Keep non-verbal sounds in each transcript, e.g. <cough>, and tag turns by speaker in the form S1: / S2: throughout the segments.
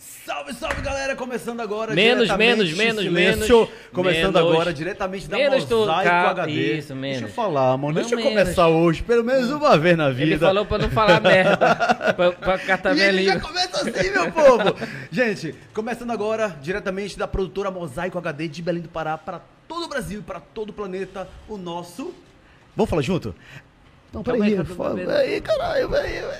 S1: Salve, salve, galera! Começando agora
S2: Menos,
S1: diretamente-
S2: menos, menos,
S1: Silêncio.
S2: menos.
S1: Começando
S2: Menos.
S1: agora diretamente da
S2: Menos tu-
S1: Mosaico
S2: Ca-
S1: HD.
S2: isso, menos.
S1: Deixa eu falar, mano.
S2: Não,
S1: Deixa eu
S2: menos.
S1: começar hoje, pelo menos uma vez na vida.
S2: Ele falou pra
S1: <laughs>
S2: não falar merda. pra, pra catar
S1: E
S2: minha
S1: ele já
S2: língua.
S1: começa assim, meu povo! Gente, começando agora, diretamente da produtora Mosaico HD de Belém do Pará, para todo o Brasil e para todo o planeta, o nosso. Vamos falar junto? Não,
S2: Calma
S1: peraí,
S2: aí, tá calma
S1: fala-
S2: aí.
S1: aí, caralho, peraí, peraí.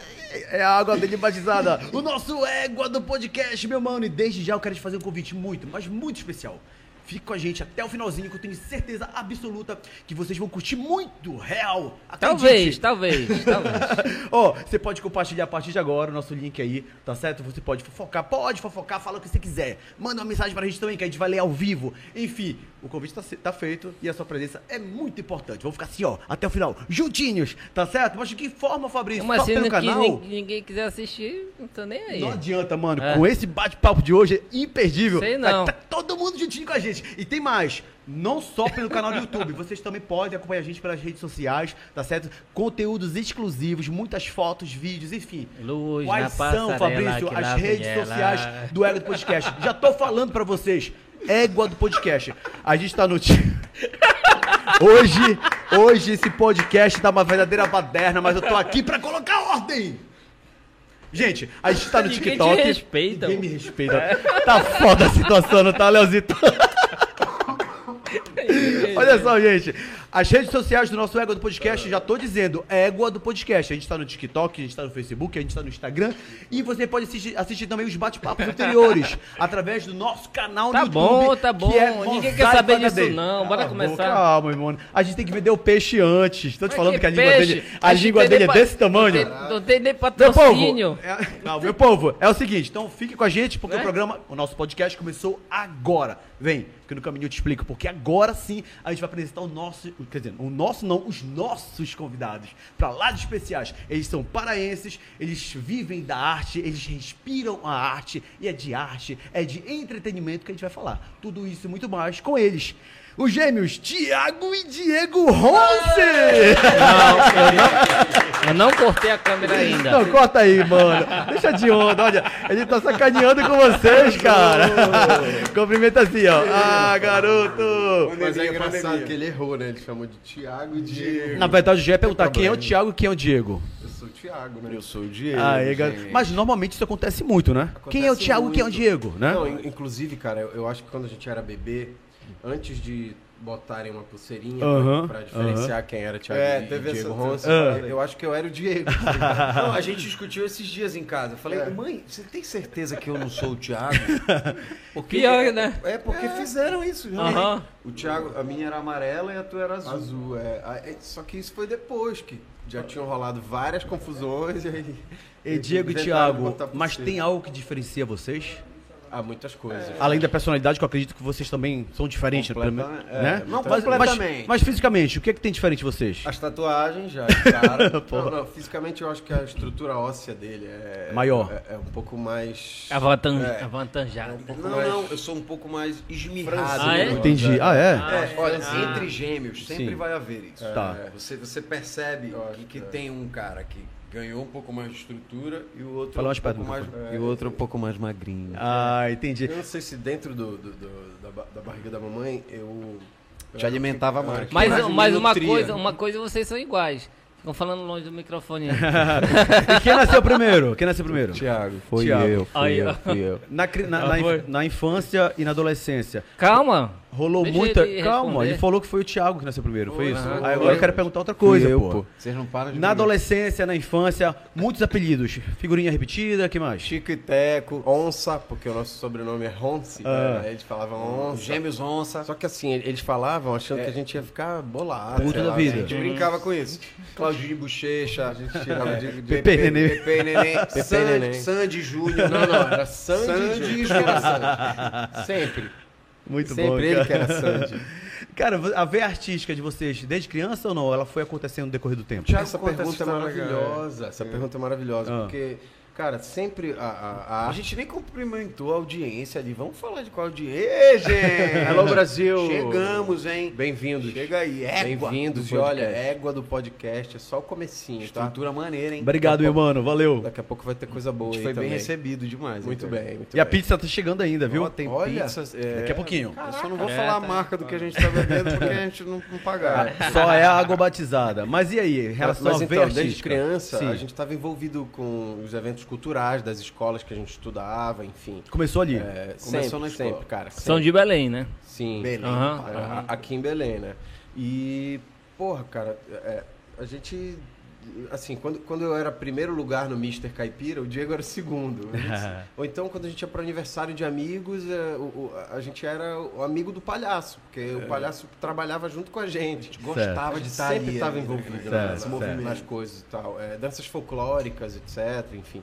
S1: É a água dele batizada. O nosso égua do podcast, meu mano. E desde já eu quero te fazer um convite muito, mas muito especial. Fique com a gente até o finalzinho, que eu tenho certeza absoluta que vocês vão curtir muito, real.
S2: Talvez,
S1: Acredite. <laughs>
S2: talvez,
S1: Tá
S2: talvez.
S1: Ó, você pode compartilhar a partir de agora o nosso link aí, tá certo? Você pode fofocar, pode fofocar, fala o que você quiser. Manda uma mensagem pra gente também, que a gente vai ler ao vivo. Enfim, o convite tá, se- tá feito e a sua presença é muito importante. Vamos ficar assim, ó, até o final, juntinhos, tá certo? Mas de que forma, Fabrício?
S2: É Uma
S1: Passa
S2: cena
S1: pelo
S2: que
S1: canal?
S2: nin- ninguém quiser assistir, não tô nem aí. <laughs>
S1: Não adianta, mano.
S2: É.
S1: Com esse bate-papo de hoje é imperdível.
S2: Sei
S1: Tá-
S2: não.
S1: Tá, todo mundo juntinho com a gente. E tem mais. Não só pelo canal do YouTube, vocês também podem acompanhar a gente pelas redes sociais, tá certo? Conteúdos exclusivos, muitas fotos, vídeos, enfim.
S2: Luz na
S1: Quais são,
S2: passarela
S1: Fabrício,
S2: que lá
S1: as
S2: vem
S1: redes
S2: ela.
S1: sociais do Égua do Podcast? Já tô falando pra vocês. Égua do Podcast. A gente tá no. ti- Hoje, hoje esse podcast tá uma verdadeira baderna, mas eu tô aqui pra colocar ordem. Gente, a gente tá no
S2: Ninguém te
S1: TikTok.
S2: respeita,
S1: Ninguém me
S2: mano.
S1: respeita. Tá foda a situação, não tá, Leozito? Olha só, gente. As redes sociais do nosso Égua do Podcast, já tô dizendo, Égua do Podcast. A gente tá no TikTok, a gente tá no Facebook, a gente tá no Instagram. E você pode assistir, assistir também os bate-papos
S2: <laughs>
S1: anteriores, através do nosso canal
S2: Tá
S1: no
S2: bom,
S1: YouTube.
S2: tá bom.
S1: que é
S2: Ninguém quer
S1: Mosaico
S2: saber disso,
S1: HD.
S2: não. Bora
S1: Cala a boca,
S2: começar.
S1: Calma, irmão. A gente tem que vender o peixe antes. Tô te
S2: Mas
S1: falando
S2: que
S1: que, a língua
S2: peixe?
S1: dele, a
S2: Acho que
S1: língua
S2: tem
S1: dele é
S2: nem pa-
S1: desse tamanho.
S2: Não tem, não tem nem
S1: Meu povo,
S2: patrocínio.
S1: é, não, meu povo, é o seguinte, então fique com a gente, porque
S2: Né?
S1: o programa, o nosso podcast começou agora. Vem, que no caminho eu te explico, porque agora sim a gente vai apresentar o nosso, quer dizer, o nosso não, os nossos convidados, pra lá de especiais. Eles são paraenses, eles vivem da arte, eles respiram a arte, e é de arte, é de entretenimento que a gente vai falar. Tudo isso e muito mais com eles. Os gêmeos Tiago e Diego Ronce!
S2: Eu não cortei a câmera ainda.
S1: Não, corta aí, mano. Deixa de onda, olha. Ele tá sacaneando com vocês, <laughs> cara. Cumprimenta assim, ó. Ah, garoto.
S3: Mas é
S4: Pandemia,
S3: engraçado
S4: pandemia.
S3: que ele errou, né? Ele chamou de Tiago e Diego.
S1: Na verdade, o Gé ia perguntar quem é o Thiago e quem é o Diego.
S3: Eu sou o Tiago, né? Eu sou o Diego.
S1: Aí, garoto. Mas normalmente isso acontece muito, né? Ah, quem é o Thiago e quem é o Diego, né?
S3: Não, in- inclusive, cara, eu, eu acho que quando a gente era bebê, antes de botarem uma pulseirinha pra-
S1: Aham,
S3: pra, diferenciar quem era Tiago
S4: É,
S3: e
S4: teve
S3: Diego
S4: essa-
S3: Ronson,
S4: essa parada aí.
S3: eu acho que eu era o Diego. tá ligado? É.
S4: Não, a gente discutiu esses dias em casa. Eu Falei, mãe, você tem certeza que eu não sou o Thiago? Porque
S2: Pior, né?
S4: É porque fizeram isso.
S3: né?
S4: realmente.
S2: Aham.
S4: O Thiago, a minha era amarela e a tua era azul.
S3: Azul, é. Ah, é, Só que isso foi depois que já tinham rolado várias confusões e aí...
S1: E Diego e
S3: inventaram
S1: Thiago,
S3: botar
S1: mas
S3: pulseira.
S1: tem É. algo que diferencia vocês?
S3: Há muitas coisas.
S1: Além da personalidade, que eu acredito que vocês também são diferentes, pelo
S3: Completa-
S1: menos,
S3: é,
S1: né?
S4: não
S1: mas, mas,
S4: completamente.
S1: mas fisicamente, o que é que tem diferente vocês?
S3: As tatuagens
S1: <laughs>
S3: já, de cara.
S1: Porra.
S3: não, não, fisicamente eu acho que a estrutura óssea dele é.
S1: Maior.
S3: É, é um pouco mais.
S2: Avantan-
S3: É.
S2: Avantajado.
S4: Não,
S3: Mas-
S4: não, eu sou um pouco mais esmirrado.
S2: Ah, é?
S1: Entendi. Ah, é?
S4: É, olha,
S2: Ah.
S4: entre gêmeos sempre
S1: Sim.
S4: vai haver isso. É,
S1: Tá.
S4: Você, você percebe
S3: Eu acho
S4: que, que
S3: que é.
S4: tem um cara que ganhou um pouco mais de estrutura e o outro
S1: Fala mais
S4: um
S1: perto
S4: pouco
S1: do
S4: mais,
S3: É.
S4: É. e o outro um pouco mais magrinho.
S1: Ah, entendi.
S3: Eu não sei se dentro do, do- do- da, ba- da barriga da mamãe eu.
S4: Te alimentava mais.
S2: Mas,
S4: Mais
S2: mas uma,
S4: nutria.
S2: coisa, uma coisa vocês são iguais. Ficam falando longe do microfone.
S1: <laughs> E quem nasceu primeiro? Quem nasceu primeiro?
S3: Tiago, foi
S1: Thiago.
S3: eu. Fui
S2: Aí, ó.
S3: eu, fui eu.
S1: Na, cri- na,
S2: Ah,
S1: na,
S2: foi.
S1: inf- na infância e na adolescência.
S2: Calma.
S1: Rolou
S2: Deixa
S1: muita.
S2: ele
S1: Calma,
S2: responder.
S1: ele falou que foi o Thiago que nasceu primeiro, foi isso?
S3: foi.
S1: Aí agora eu quero perguntar outra <laughs> coisa,
S3: Fui eu,
S1: pô.
S3: pô.
S4: Vocês não param de
S1: Na
S4: brigar.
S1: adolescência, na infância, muitos apelidos. Figurinha repetida, que mais?
S3: Chico e Teco, Onça, porque o nosso sobrenome é Ronce,
S1: Ah.
S3: né? Aí eles falavam Onça.
S4: Gêmeos onça.
S3: Só que assim, eles falavam achando
S4: É.
S3: que a gente ia ficar bolado.
S1: Puto
S3: Ah, sei
S1: da
S3: lá,
S1: vida.
S3: A gente brincava com isso.
S4: Claudinho de Bochecha, a gente tirava
S1: <laughs>
S4: de, de
S1: Pepe Neném.
S4: Pepe Neném,
S3: Pepe
S4: San-
S3: Neném.
S4: Sandy Júnior,
S3: Não, não, era Sandy.
S4: Sandy
S3: Júnior.
S4: Júnior.
S3: Sempre.
S1: Muito
S3: Sempre
S1: bom.
S3: ele
S1: cara.
S3: que era Sandy.
S1: <laughs> Cara, vo- a veia artística de vocês, desde criança ou não? Ela foi acontecendo no decorrer do tempo?
S4: Já-
S3: Essa
S4: Conta essa
S3: pergunta é
S4: história,
S3: maravilhosa. Essa pergunta é maravilhosa,
S1: Ah.
S3: porque Cara, sempre a, a, a
S4: A
S3: arte.
S4: gente nem cumprimentou a audiência ali. Vamos falar de qual audiência. Ei, gente!
S3: Alô, Brasil!
S4: Chegamos, hein?
S3: Bem-vindos.
S4: Chega aí, égua.
S3: Bem-vindos.
S4: do
S3: E olha,
S4: podcast.
S3: égua do podcast é só o comecinho, tá?
S4: Estrutura maneira, hein?
S1: Obrigado, meu mano. Valeu.
S3: Daqui a pouco vai ter coisa boa
S4: A gente
S3: aí
S4: foi bem
S3: também.
S4: recebido demais. hein,
S3: Muito
S4: cara?
S3: bem, muito
S1: E a
S3: bem.
S1: pizza tá chegando ainda, viu?
S4: Ó, tem
S3: Olha,
S4: pizzas. é.
S1: Daqui a pouquinho.
S4: Eu só não vou
S2: É,
S4: falar a
S2: tá
S4: marca do que a gente tá bebendo porque a gente não, não pagar.
S1: Só é a água batizada. Mas e aí, em
S3: Mas,
S1: relação
S3: mas
S1: à
S3: então,
S1: veia
S3: desde
S1: artística?
S3: criança,
S1: Sim.
S3: a gente estava envolvido com os eventos culturais das escolas que a gente estudava, enfim.
S1: Começou ali.
S3: É,
S4: Começou
S3: sempre,
S4: na escola.
S3: sempre, cara.
S2: São
S3: sempre.
S2: de Belém, né?
S3: Sim.
S2: Aham.
S3: A- né? a- Aqui em Belém, né? E, porra, cara, é, a gente. Assim, quando, quando eu era primeiro lugar no Mister Caipira, o Diego era o <laughs> segundo. Ou então, quando a gente ia para aniversário de amigos, é, o- o- a gente era o amigo do palhaço, porque o palhaço trabalhava junto com a gente.
S1: gostava
S3: A gente
S4: de tá
S3: sempre
S4: ali,
S3: estava
S4: né?
S3: envolvido
S1: Certo,
S3: né, nesse
S1: certo.
S3: movimento, nas coisas e tal. É, danças folclóricas, etc, enfim.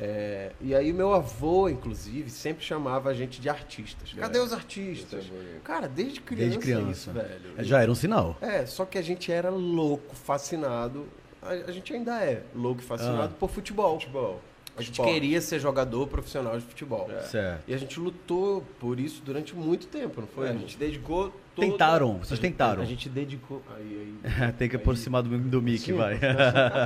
S3: É, e aí o meu avô, inclusive, sempre chamava a gente de artistas. é Cadê os artistas? Cara, desde criança,
S1: Desde criança.
S3: isso, velho.
S1: É, Já era um sinal.
S3: É, só que a gente era louco, fascinado. A, a gente ainda é louco, e
S1: Ah.
S3: fascinado por futebol. Futebol. A gente
S4: Esporte.
S3: queria ser jogador profissional de futebol.
S1: Certo.
S3: E a gente lutou por isso durante muito tempo, não foi?
S4: É, a
S3: amigo?
S4: gente dedicou todo...
S1: Tentaram, vocês tentaram.
S4: A gente dedicou... Aí, aí.
S1: É, Tem que aproximar do, do Mickey,
S5: Sim,
S1: vai.
S4: É.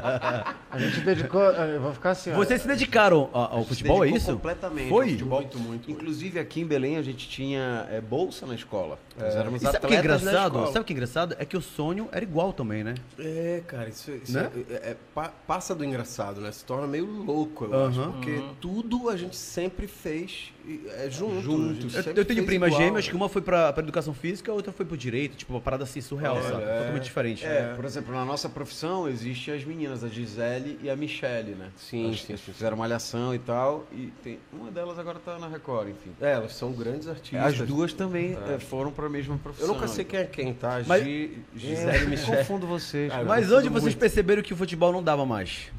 S5: A gente dedicou. Eu vou ficar assim. ó.
S1: Vocês se dedicaram a- ao
S4: Se
S1: futebol, é
S4: dedicou
S1: isso?
S4: Completamente.
S1: Foi?
S4: ao futebol.
S3: Muito, muito, muito.
S4: Inclusive aqui em Belém a gente tinha é, bolsa na escola. Nós
S1: E
S4: éramos
S1: sabe o que é
S4: atletas na
S1: engraçado?
S4: escola.
S1: Sabe o que é engraçado? É que o sonho era igual também, né?
S3: É, cara, isso, isso
S1: Né?
S3: é- é- é pa- passa do engraçado, né? Se torna meio louco, eu acho.
S1: Aham.
S3: Porque tudo a gente sempre fez e- é, junto. a gente
S1: Eu,
S3: sempre
S1: eu tenho
S3: fez
S1: primas
S3: igual.
S1: gêmeas que uma foi pra, pra educação física, a outra foi pro direito, tipo, uma parada assim surreal, sabe? Totalmente diferente.
S4: É, por exemplo, na nossa profissão existe as meninas, a Gisele e a Michelle, né?
S3: Sim,
S4: Elas-
S3: sim,
S4: elas
S3: sim.
S4: fizeram malhação e tal. E tem... uma delas agora tá na Record, enfim.
S3: É, elas são grandes artistas.
S4: As duas também eh, foram pra mesma
S3: Eu
S4: profissão.
S3: nunca sei quem é quem, tá?
S1: Mas-
S3: Gi-
S4: Gisele
S1: <laughs>
S3: Gisele
S4: e
S3: Michel.
S4: confundo vocês. cara.
S1: Ah, Mas onde vocês perceberam que o futebol não dava mais?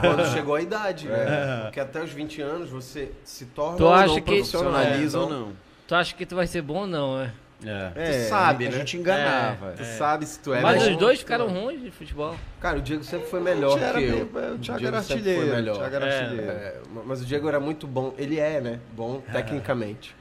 S3: Quando chegou a idade,
S1: É.
S3: né? Porque até os 20 anos você se torna
S2: Tu
S3: ou
S2: acha
S3: não
S2: que-
S3: profissionaliza
S4: Profissionaliza
S3: ou
S4: ou
S3: não.
S4: não?
S2: Tu acha que tu vai ser bom ou não, é?
S1: É.
S4: É,
S3: tu sabe,
S4: a
S3: né?
S4: gente enganava.
S3: Tu sabe se tu é
S2: Mas
S3: bom.
S2: os dois ficaram ruins de futebol.
S3: Cara, o Diego sempre foi melhor
S4: Thiago
S3: que
S4: era
S3: eu.
S4: meio- o Thiago
S3: Diego
S4: era
S3: sempre foi
S4: artilheiro,
S3: melhor.
S4: o Thiago era
S2: É.
S4: artilheiro.
S3: É, mas o Diego era muito bom. Ele é, né? Bom tecnicamente.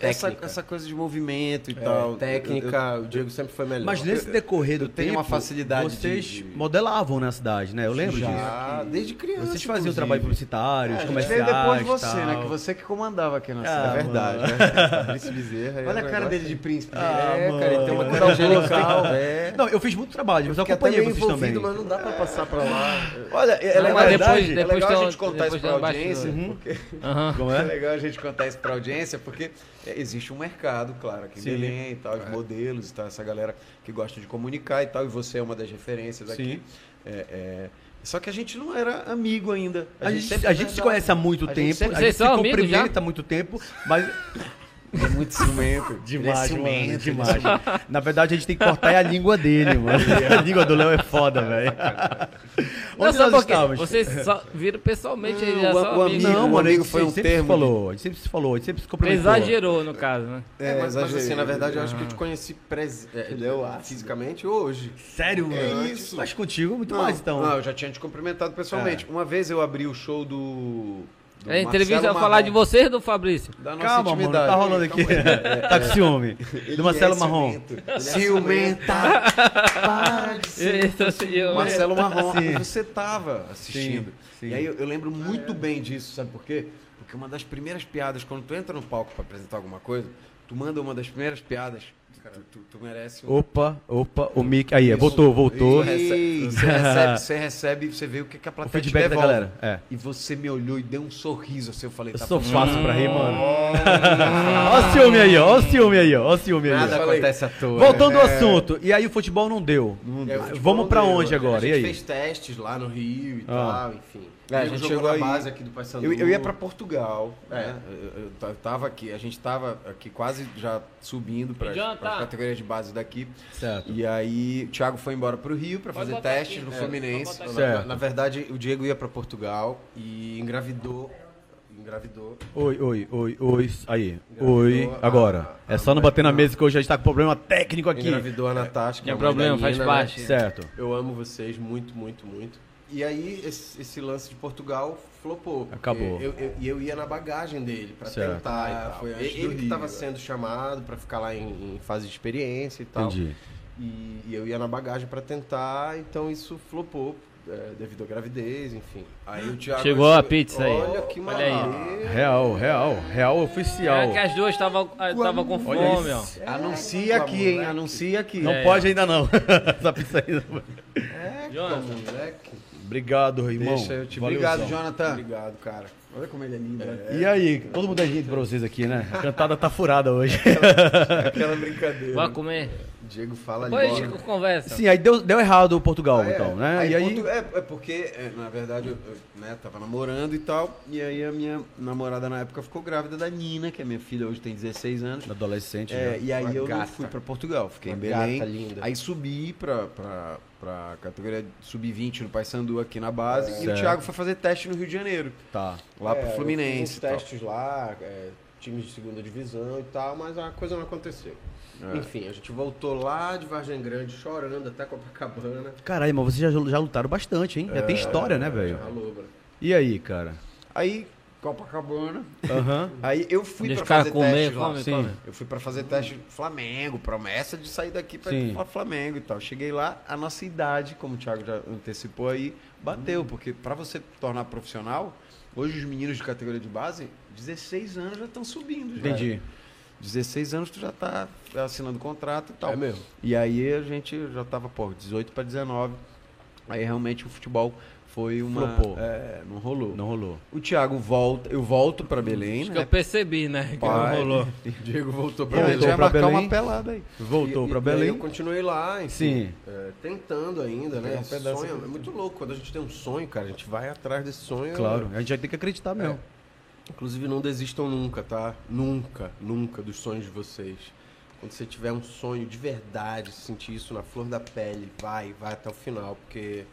S4: Essa,
S3: Técnica.
S4: essa coisa de movimento e
S3: É,
S4: tal. Eu-
S3: técnica, o Diego sempre foi melhor.
S1: Mas nesse decorrer do
S4: eu tenho
S1: tempo,
S4: uma facilidade de-
S1: vocês
S4: de-
S1: modelavam na cidade, né? Eu lembro disso.
S4: Ah,
S3: Já, Ah, desde criança.
S1: Vocês faziam
S3: inclusive.
S1: trabalho publicitário,
S4: eu- A gente
S1: comerciais,
S4: É, veio depois de você,
S1: tal.
S4: né? Que você que comandava aqui na
S1: Ah, mano.
S4: cidade.
S3: Verdade,
S4: <laughs>
S3: né? Príncipe Bezerra.
S4: Olha a
S3: era
S4: cara
S3: negócio-
S4: dele de príncipe. né?
S1: Ah,
S3: É,
S1: mano.
S3: cara, ele tem uma
S1: Eu
S3: cara angelical. É.
S1: Não, eu fiz muito trabalho, mas eu
S4: é
S3: Fiquei até
S1: acompanhei
S3: meio
S1: vocês também.
S3: envolvido, mas não dá pra passar pra lá.
S4: Olha, é
S2: Não,
S4: legal,
S2: mas depois-
S4: é
S2: depois
S4: legal
S2: tem
S4: a
S2: um-
S4: gente contar
S2: depois
S4: isso pra
S2: tem um
S4: audiência,
S2: bastidor.
S4: porque
S2: Aham.
S1: Como
S4: é
S1: é?
S4: legal a gente contar isso pra audiência, porque é, existe um mercado, claro, aqui em
S1: Sim.
S4: Belém e tal, os modelos e tal, essa galera que gosta de comunicar e tal, e você é uma das referências aqui. É, é, só que a gente não era amigo ainda.
S1: A gente,
S4: sempre
S1: a gente se conhece há muito
S4: A gente
S1: tempo,
S4: sempre-
S1: a gente
S2: Vocês
S1: se
S2: são amigos
S1: cumprimenta
S2: já?
S1: há muito tempo, mas
S4: É muito ciumento.
S1: Demais,
S4: Ele é
S1: mano.
S4: ciumento, ele é
S1: Demais. Na verdade, a gente tem que cortar é a língua dele,
S4: <laughs>
S1: mano. A língua do Léo é foda, velho.
S2: Não,
S1: Onde
S2: só
S1: nós
S2: porque
S1: estávamos?
S2: vocês só viram pessoalmente
S4: Não,
S2: ele
S3: Hum,
S2: já
S4: o-
S2: só
S4: o
S2: é amigo.
S4: amigo-
S1: Não,
S4: o
S1: mano, a
S4: amigo
S1: gente
S4: foi um
S1: sempre se
S4: termo
S1: falou. A gente sempre se falou, a gente sempre se cumprimentou.
S2: Exagerou, no caso, né?
S3: É, mas, mas assim,
S4: exagerei.
S3: na verdade, eu acho que eu te conheci pres... é, fisicamente hoje.
S1: Sério, mano?
S3: isso.
S1: Mas contigo, muito
S4: Não,
S1: mais, então. É.
S4: não, eu já tinha te cumprimentado pessoalmente. Uma vez eu abri o show do. do
S2: É, entrevista
S4: Marcelo
S2: vai falar
S4: Marrom,
S2: de vocês ou do Fabrício?
S4: Da nossa
S1: Calma, mano,
S4: intimidade.
S1: tá rolando aqui. <laughs> Tá com ciúme.
S3: é
S1: Do Marcelo Marrom.
S4: Ciumenta. Para
S1: <laughs>
S4: de ser.
S2: Eu-
S4: Marcelo Marrom.
S1: Sim.
S4: Mas Você tava assistindo.
S1: Sim, sim.
S4: E aí eu, eu lembro muito bem disso, sabe por quê? Porque uma das primeiras piadas, quando tu entra no palco pra apresentar alguma coisa, tu manda uma das primeiras piadas. Tu, tu- tu merece um.
S1: Opa, opa, o mic. Aí, é, voltou, voltou.
S4: Você recebe, você recebe, você recebe, você vê o que, que a plateia
S1: O feedback da
S4: te devolve.
S1: galera, é.
S4: E você me olhou e deu um sorriso assim, eu
S1: <laughs>
S4: falei,
S1: Eu
S4: tá
S1: sou
S4: funcionando.
S1: fácil pra rir, mano. Ó o ciúme aí, ó. Ó o ciúme aí, ó. Ó o ciúme aí. ó.
S3: Nada acontece É. à toa.
S1: Voltando ao assunto, e aí o futebol não deu.
S3: É, o futebol
S1: Vamos pra
S3: deu.
S1: onde agora? E
S3: A gente
S1: aí?
S3: fez testes lá no Rio e
S1: Ah.
S3: tal, enfim.
S4: É, a
S3: Diego
S4: gente
S3: jogou
S4: chegou
S3: na
S4: aí.
S3: base aqui do Paysandu.
S4: Eu, eu ia pra Portugal, né? Eu, eu ta- tava aqui, a gente tava aqui quase já subindo para
S2: Adianta.
S4: as categorias de base daqui.
S1: Certo.
S4: E aí o Thiago foi embora pro Rio pra
S2: Pode
S4: fazer
S2: botar
S4: testes
S2: aqui,
S4: no
S2: é,
S4: Fluminense.
S2: pode
S3: Na-
S2: botar
S1: Certo.
S3: Na, na verdade, o Diego ia pra Portugal e engravidou. Engravidou.
S1: Oi, oi, oi, oi. Aí.
S3: Engravidou
S1: Oi,
S3: a-
S1: agora.
S3: a-
S1: é só não bater na mesa que hoje a gente tá com problema técnico aqui.
S3: Engravidou a Natasha. que
S2: Não
S3: é
S2: é
S3: a mãe da
S2: problema, faz
S3: Nina, né?
S2: parte.
S1: Certo.
S3: Eu amo vocês muito, muito, muito. E aí, esse, esse lance de Portugal flopou. porque
S1: Acabou.
S3: eu- eu- E eu, ia na bagagem dele pra
S1: Certo.
S3: tentar
S4: Ah,
S3: e tal.
S4: foi antes
S3: ele
S4: do
S3: ele que
S4: Rio,
S3: tava
S4: é.
S3: sendo chamado pra ficar lá em, em fase de experiência e tal. E, e eu ia na bagagem pra tentar, então isso flopou é, devido à gravidez, enfim.
S4: Aí o Thiago
S2: Chegou a
S4: achou-
S2: pizza aí.
S3: Olha que
S2: Olha aí.
S3: maneiro.
S1: Real, real, real
S2: É
S1: oficial.
S2: que as duas estavam tava com fome, ó.
S4: Anuncia aqui, hein? Anuncia aqui.
S1: Não
S2: É,
S1: pode ainda não. <laughs> Essa pizza ainda.
S2: Jonas,
S3: Moleque.
S1: Obrigado, irmão.
S3: Deixa eu te-
S1: Valeuzão.
S4: Obrigado, Jonathan.
S3: Obrigado, cara.
S4: Olha como ele é lindo.
S1: <laughs>
S4: né?
S1: E aí, todo mundo é gente pra vocês aqui, né? A cantada tá furada hoje.
S3: É Aquela brincadeira.
S2: vai comer.
S3: Diego fala ali.
S2: Depois a gente
S1: <laughs>
S2: conversa.
S1: Sim, aí deu, deu errado o Portugal,
S3: Ah, é.
S1: então, né? e aí.
S4: Portu- É, é porque, é, na verdade, eu, eu, né, tava namorando e tal. E aí a minha namorada na época ficou grávida da Nina, que é minha filha hoje tem 16 anos.
S1: Adolescente.
S4: É,
S1: né?
S4: e aí
S3: Uma
S4: eu não
S3: gata.
S4: fui pra Portugal, fiquei
S3: Uma
S4: em Belém.
S3: gata linda.
S4: Aí subi pra, pra, pra categoria sub-20 no Paysandu aqui na base. e
S1: Certo.
S4: o Thiago foi fazer teste no Rio de Janeiro,
S1: Tá.
S4: lá pro
S3: É, eu fiz
S4: Fluminense.
S3: uns
S4: e tal.
S3: testes lá, é, times de segunda divisão e tal, mas a coisa não aconteceu. Enfim, a gente voltou lá de Vargem Grande chorando até Copacabana.
S1: Caralho, mas vocês já, já lutaram bastante, hein? Já tem história, né, velho?
S3: É, Já alobra.
S1: E aí, cara?
S4: Aí, Copacabana.
S3: <laughs>
S1: Aham.
S4: Aí eu fui
S2: Deixa
S4: pra
S2: os caras
S4: fazer
S2: comer,
S4: teste lá.
S2: come,
S1: sim.
S2: come.
S4: Eu fui pra fazer teste no Flamengo, promessa de sair daqui pra
S1: Sim.
S4: ir pra Flamengo e tal. Cheguei lá, a nossa idade, como o Thiago já antecipou aí, bateu, porque pra você tornar profissional, hoje os meninos de categoria de base, 16 anos já estão subindo, já.
S1: Entendi.
S3: É.
S4: 16 anos tu já tá assinando contrato e tal.
S3: É mesmo.
S4: E aí a gente já tava, pô, 18 pra 19. Aí realmente o futebol foi uma
S1: Flopou.
S4: é, não rolou.
S1: Não rolou.
S4: O Thiago volta, eu volto pra Belém,
S2: Acho que
S4: né?
S2: eu percebi, né? Que não
S4: Pai.
S2: rolou.
S3: Diego voltou pra
S4: Pra
S1: Voltou
S4: ele já
S1: pra
S4: marcar
S1: Belém.
S4: uma pelada aí.
S1: Voltou
S3: E-
S1: pra
S3: e- e aí
S1: Belém.
S3: Eu continuei lá, enfim,
S1: Sim.
S3: é, tentando ainda, né?
S4: Pegar um
S3: Esse
S4: pedaço
S3: sonho,
S4: aqui.
S3: é muito louco. Quando a gente tem um sonho, cara, a gente vai atrás desse sonho.
S1: Claro, a gente vai ter que acreditar mesmo.
S3: É. Inclusive, não desistam nunca, tá? Nunca, nunca dos sonhos de vocês. Quando você tiver um sonho de verdade, sentir isso na flor da pele, vai, vai até o final, porque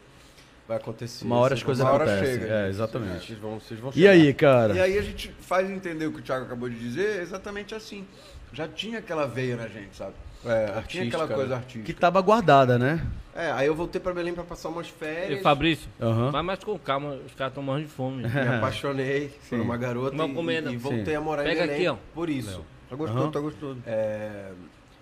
S3: vai acontecer.
S1: Uma hora as
S3: Vocês
S1: coisas
S3: vão-
S1: acontecem. É, exatamente.
S3: Vocês vão, vocês vão
S1: E
S3: chegar.
S1: aí, cara?
S4: E aí a gente faz entender o que o Thiago acabou de dizer exatamente assim. Já tinha aquela veia na gente, sabe?
S3: É,
S4: Já tinha
S3: artística,
S4: aquela coisa
S3: né?
S1: Que
S4: artística.
S1: tava guardada, né?
S3: É, aí eu voltei pra Belém pra passar umas
S2: E
S3: férias.
S2: Fabrício,
S1: Aham.
S2: vai mais com calma, os caras estão morrendo de fome.
S3: Me apaixonei
S1: <laughs>
S3: por uma garota
S2: Uma
S3: e-
S2: comenda.
S3: e, voltei
S1: Sim.
S3: a morar
S2: Pega
S3: em Belém
S2: aqui, ó.
S3: por isso.
S4: Tá gostoso, tá gostoso.
S3: É,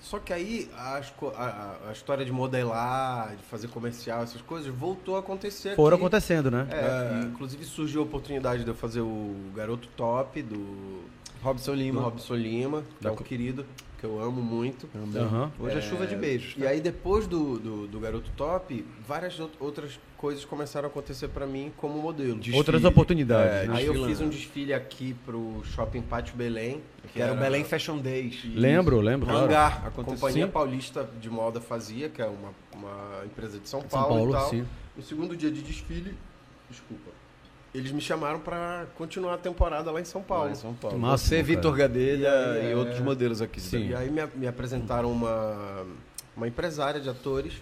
S3: Só que aí as co- a, a- a história de modelar, de fazer comercial, essas coisas, voltou a acontecer.
S1: Foram
S3: aqui.
S1: acontecendo, né?
S3: É, e, Inclusive surgiu a oportunidade de eu fazer o Garoto Top do
S4: Robson
S3: do
S4: Lima.
S3: Robson Lima, que é um
S1: co-
S3: querido, que eu amo muito.
S1: Aham.
S4: Hoje é, chuva de beijos.
S3: E aí depois do, do, do Garoto Top, várias out- outras coisas começaram a acontecer pra mim como modelo.
S1: Outras
S3: É,
S1: oportunidades, né?
S3: aí eu
S4: Desfilando.
S3: fiz um desfile aqui pro Shopping Pátio Belém,
S4: Que
S3: É.
S4: era o Belém Fashion Days.
S3: um
S1: Lembro, lembro, claro.
S3: Hangar, a
S4: Aconteceu.
S3: Companhia
S1: Sim.
S3: Paulista de Moda fazia, que é uma, uma empresa de São
S1: São
S3: Paulo,
S1: Paulo,
S3: e tal.
S1: sim.
S3: No segundo dia de desfile, desculpa, eles me chamaram pra continuar a temporada lá em São Paulo.
S4: Lá em São Paulo.
S1: Que máximo,
S4: Você,
S1: cara.
S4: Vitor Gadelha
S3: É.
S4: e outros modelos aqui. de
S1: Sim.
S4: Belém.
S3: E aí me, me apresentaram uma, uma empresária de atores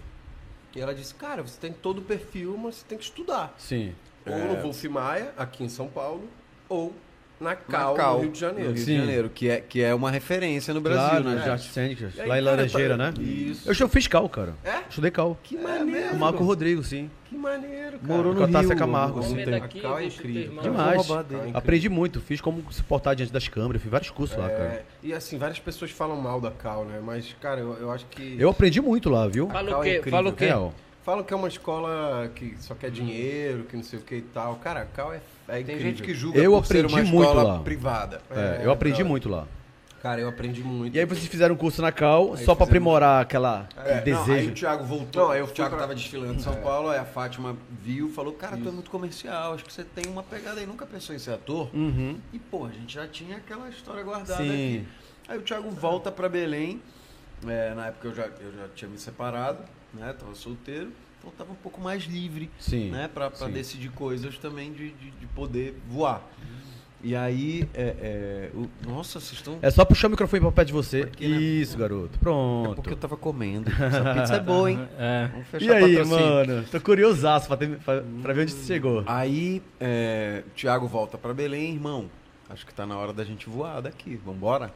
S3: e ela disse, cara, você tem todo o perfil, mas você tem que estudar.
S1: Sim.
S3: Ou no Wolf Maia, aqui em São Paulo, ou na Cal,
S4: Macau,
S3: no Rio de Janeiro.
S4: no Rio
S1: Sim.
S4: de Janeiro, que é, que é uma referência no Brasil,
S1: Brasil,
S4: né?
S1: nas
S4: Já
S1: artes cênicas.
S3: E aí,
S1: Lá em
S3: cara,
S1: Laranjeira,
S3: tá-
S1: né?
S3: Isso.
S1: Eu já fiz cal, cara.
S3: É?
S1: Estudei cal.
S3: Que maneiro.
S1: O Marco Rodrigo, sim.
S3: Que maneiro, cara.
S1: Morou no Com a Tássia Rio, Camargo,
S2: Vou
S1: assim,
S2: comer
S1: tem-
S2: daqui,
S3: Cacau é
S2: deixa o teu
S3: incrível.
S2: irmão.
S3: Demais.
S1: Demais.
S3: roubar dele.
S1: Aprendi muito. Fiz como se portar diante das câmeras. Fiz vários cursos lá, cara.
S3: É, e assim, várias pessoas falam mal da Cal, né? Mas, cara, eu, eu acho que.
S1: Eu aprendi muito lá, viu?
S2: Fala
S3: Cacau
S2: o
S3: é
S2: quê?
S3: incrível.
S2: Fala o quê?
S1: Real.
S3: Falam que é uma escola que só quer dinheiro, que não sei o que e tal. Cara, a Cal é, é
S4: Tem
S3: incrível.
S4: gente que julga
S1: Eu
S4: por ser uma
S1: aprendi muito
S4: escola
S1: lá.
S4: privada.
S1: É, eu aprendi
S3: cara.
S1: muito lá.
S3: Cara, eu aprendi muito.
S1: E aí vocês fizeram um curso na Cal só pra
S3: fizemos.
S1: aprimorar aquela
S4: É, não, aí o
S1: desejo.
S4: Thiago voltou.
S3: Não, aí eu
S4: o
S3: fui
S4: Thiago
S3: pra- É.
S4: tava desfilando em São Paulo, aí a Fátima viu falou: Cara, tu é muito comercial, acho que você tem uma pegada aí, nunca pensou em ser ator. E, pô, a gente já tinha aquela história guardada
S1: Uhum.
S3: né,
S1: Sim.
S4: aqui. Aí o Thiago volta pra Belém. é, na época eu já, eu já tinha me separado, né? Tava solteiro, então tava um pouco mais livre,
S1: Sim,
S4: né? Pra, pra
S1: sim.
S4: decidir coisas também de, de, de poder voar. E aí, é, é, o- nossa, vocês estão.
S1: É só puxar o microfone pra perto de você.
S4: Aqui, né?
S1: Isso, garoto.
S4: É porque eu
S1: Pronto.
S4: tava comendo. Essa pizza é
S1: <laughs>
S4: boa, hein?
S2: É.
S4: Vamos
S1: E aí, mano? Tô curiosaço pra, ter- pra- pra ver onde você chegou.
S4: Aí, é, Tiago volta pra Belém, irmão. Acho que tá na hora da gente voar daqui. Vambora?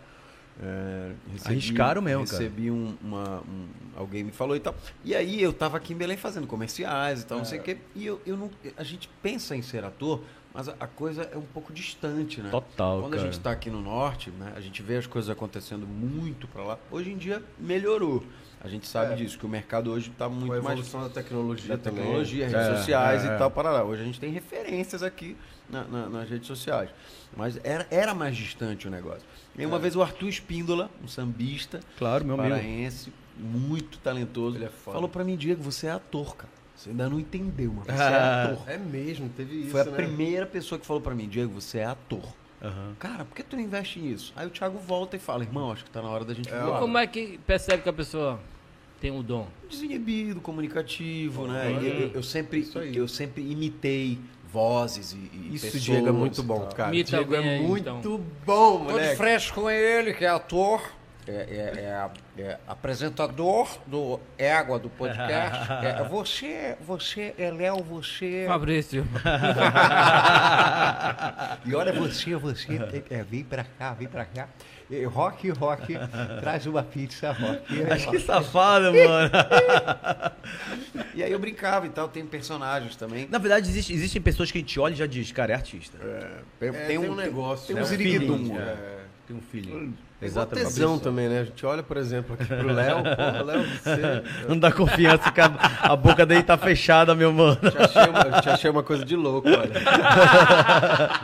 S4: É, recebi-
S1: Arriscaram mesmo, cara.
S4: Recebi um, uma- um- alguém me falou e tal. E aí eu tava aqui em Belém fazendo comerciais e tal, não
S1: É.
S4: sei o quê. E eu, eu não, a gente pensa em ser ator, mas a, a coisa é um pouco distante, né?
S1: Total,
S4: Quando
S1: cara.
S4: a gente está aqui no norte, né, a gente vê as coisas acontecendo muito para lá. Hoje em dia melhorou. A gente sabe disso, que o mercado hoje está
S3: É. Com a
S4: muito mais
S3: evolução da tecnologia é,
S4: da
S3: também.
S4: tecnologia, redes sociais e tal, para lá. Hoje a gente tem referências aqui na- na- nas redes sociais. Mas era, era mais distante o negócio. E
S3: É.
S4: uma vez o Arthur Espíndola, um sambista,
S1: Claro, meu amigo.
S4: paraense, muito talentoso,
S3: Ele é foda.
S4: falou para mim, Diego, você é ator, cara. Você ainda não entendeu, mano. Você
S3: <laughs>
S1: Ah.
S4: é ator.
S3: É mesmo, teve isso,
S4: Foi a
S3: né?
S4: primeira pessoa que falou pra mim, Diego, você é ator.
S1: Aham.
S4: Cara, por que tu não investe nisso? Aí o Thiago volta e fala, irmão, acho que tá na hora da gente
S3: É,
S4: voar.
S3: ó.
S2: Como é que percebe que a pessoa tem um dom?
S4: Desinibido, comunicativo, né?
S2: Uhum.
S4: E Eu, eu sempre,
S3: Isso aí.
S4: eu sempre imitei vozes e, e
S3: Isso,
S4: pessoas
S3: Diego, é muito
S4: e
S3: bom,
S4: tal.
S3: cara.
S2: Imita
S3: Diego
S2: alguém
S3: é
S2: aí,
S3: muito
S2: então.
S3: bom,
S6: Tá. Tô de
S3: moleque.
S6: frente com ele, que é ator, é, é- é- é apresentador do Égua, do
S3: <laughs>
S6: podcast. É, você, você, é Léo, você...
S3: <laughs>
S2: Fabrício.
S6: E olha você,
S3: <laughs>
S6: você, é, é, vem pra cá, vem pra cá. É, rock,
S3: <laughs>
S6: rock, traz uma pizza, rock.
S1: Acho que safado, mano.
S4: E aí eu brincava e tal, tem personagens também.
S1: <laughs> Na verdade, existe- existem pessoas que a gente olha e já diz, cara, é artista.
S4: Tem,
S3: É,
S4: tem um,
S3: negócio.
S4: tem
S3: né?
S4: um
S3: É.
S4: ziriguidum, né?
S1: Tem um filho.
S3: Mas dá tesão também, né? A gente olha, por exemplo, aqui pro Léo. Porra, Léo, você...
S1: Não dá confiança que a, a boca dele tá fechada, meu mano.
S3: Te achei, uma, te achei uma coisa de louco, olha.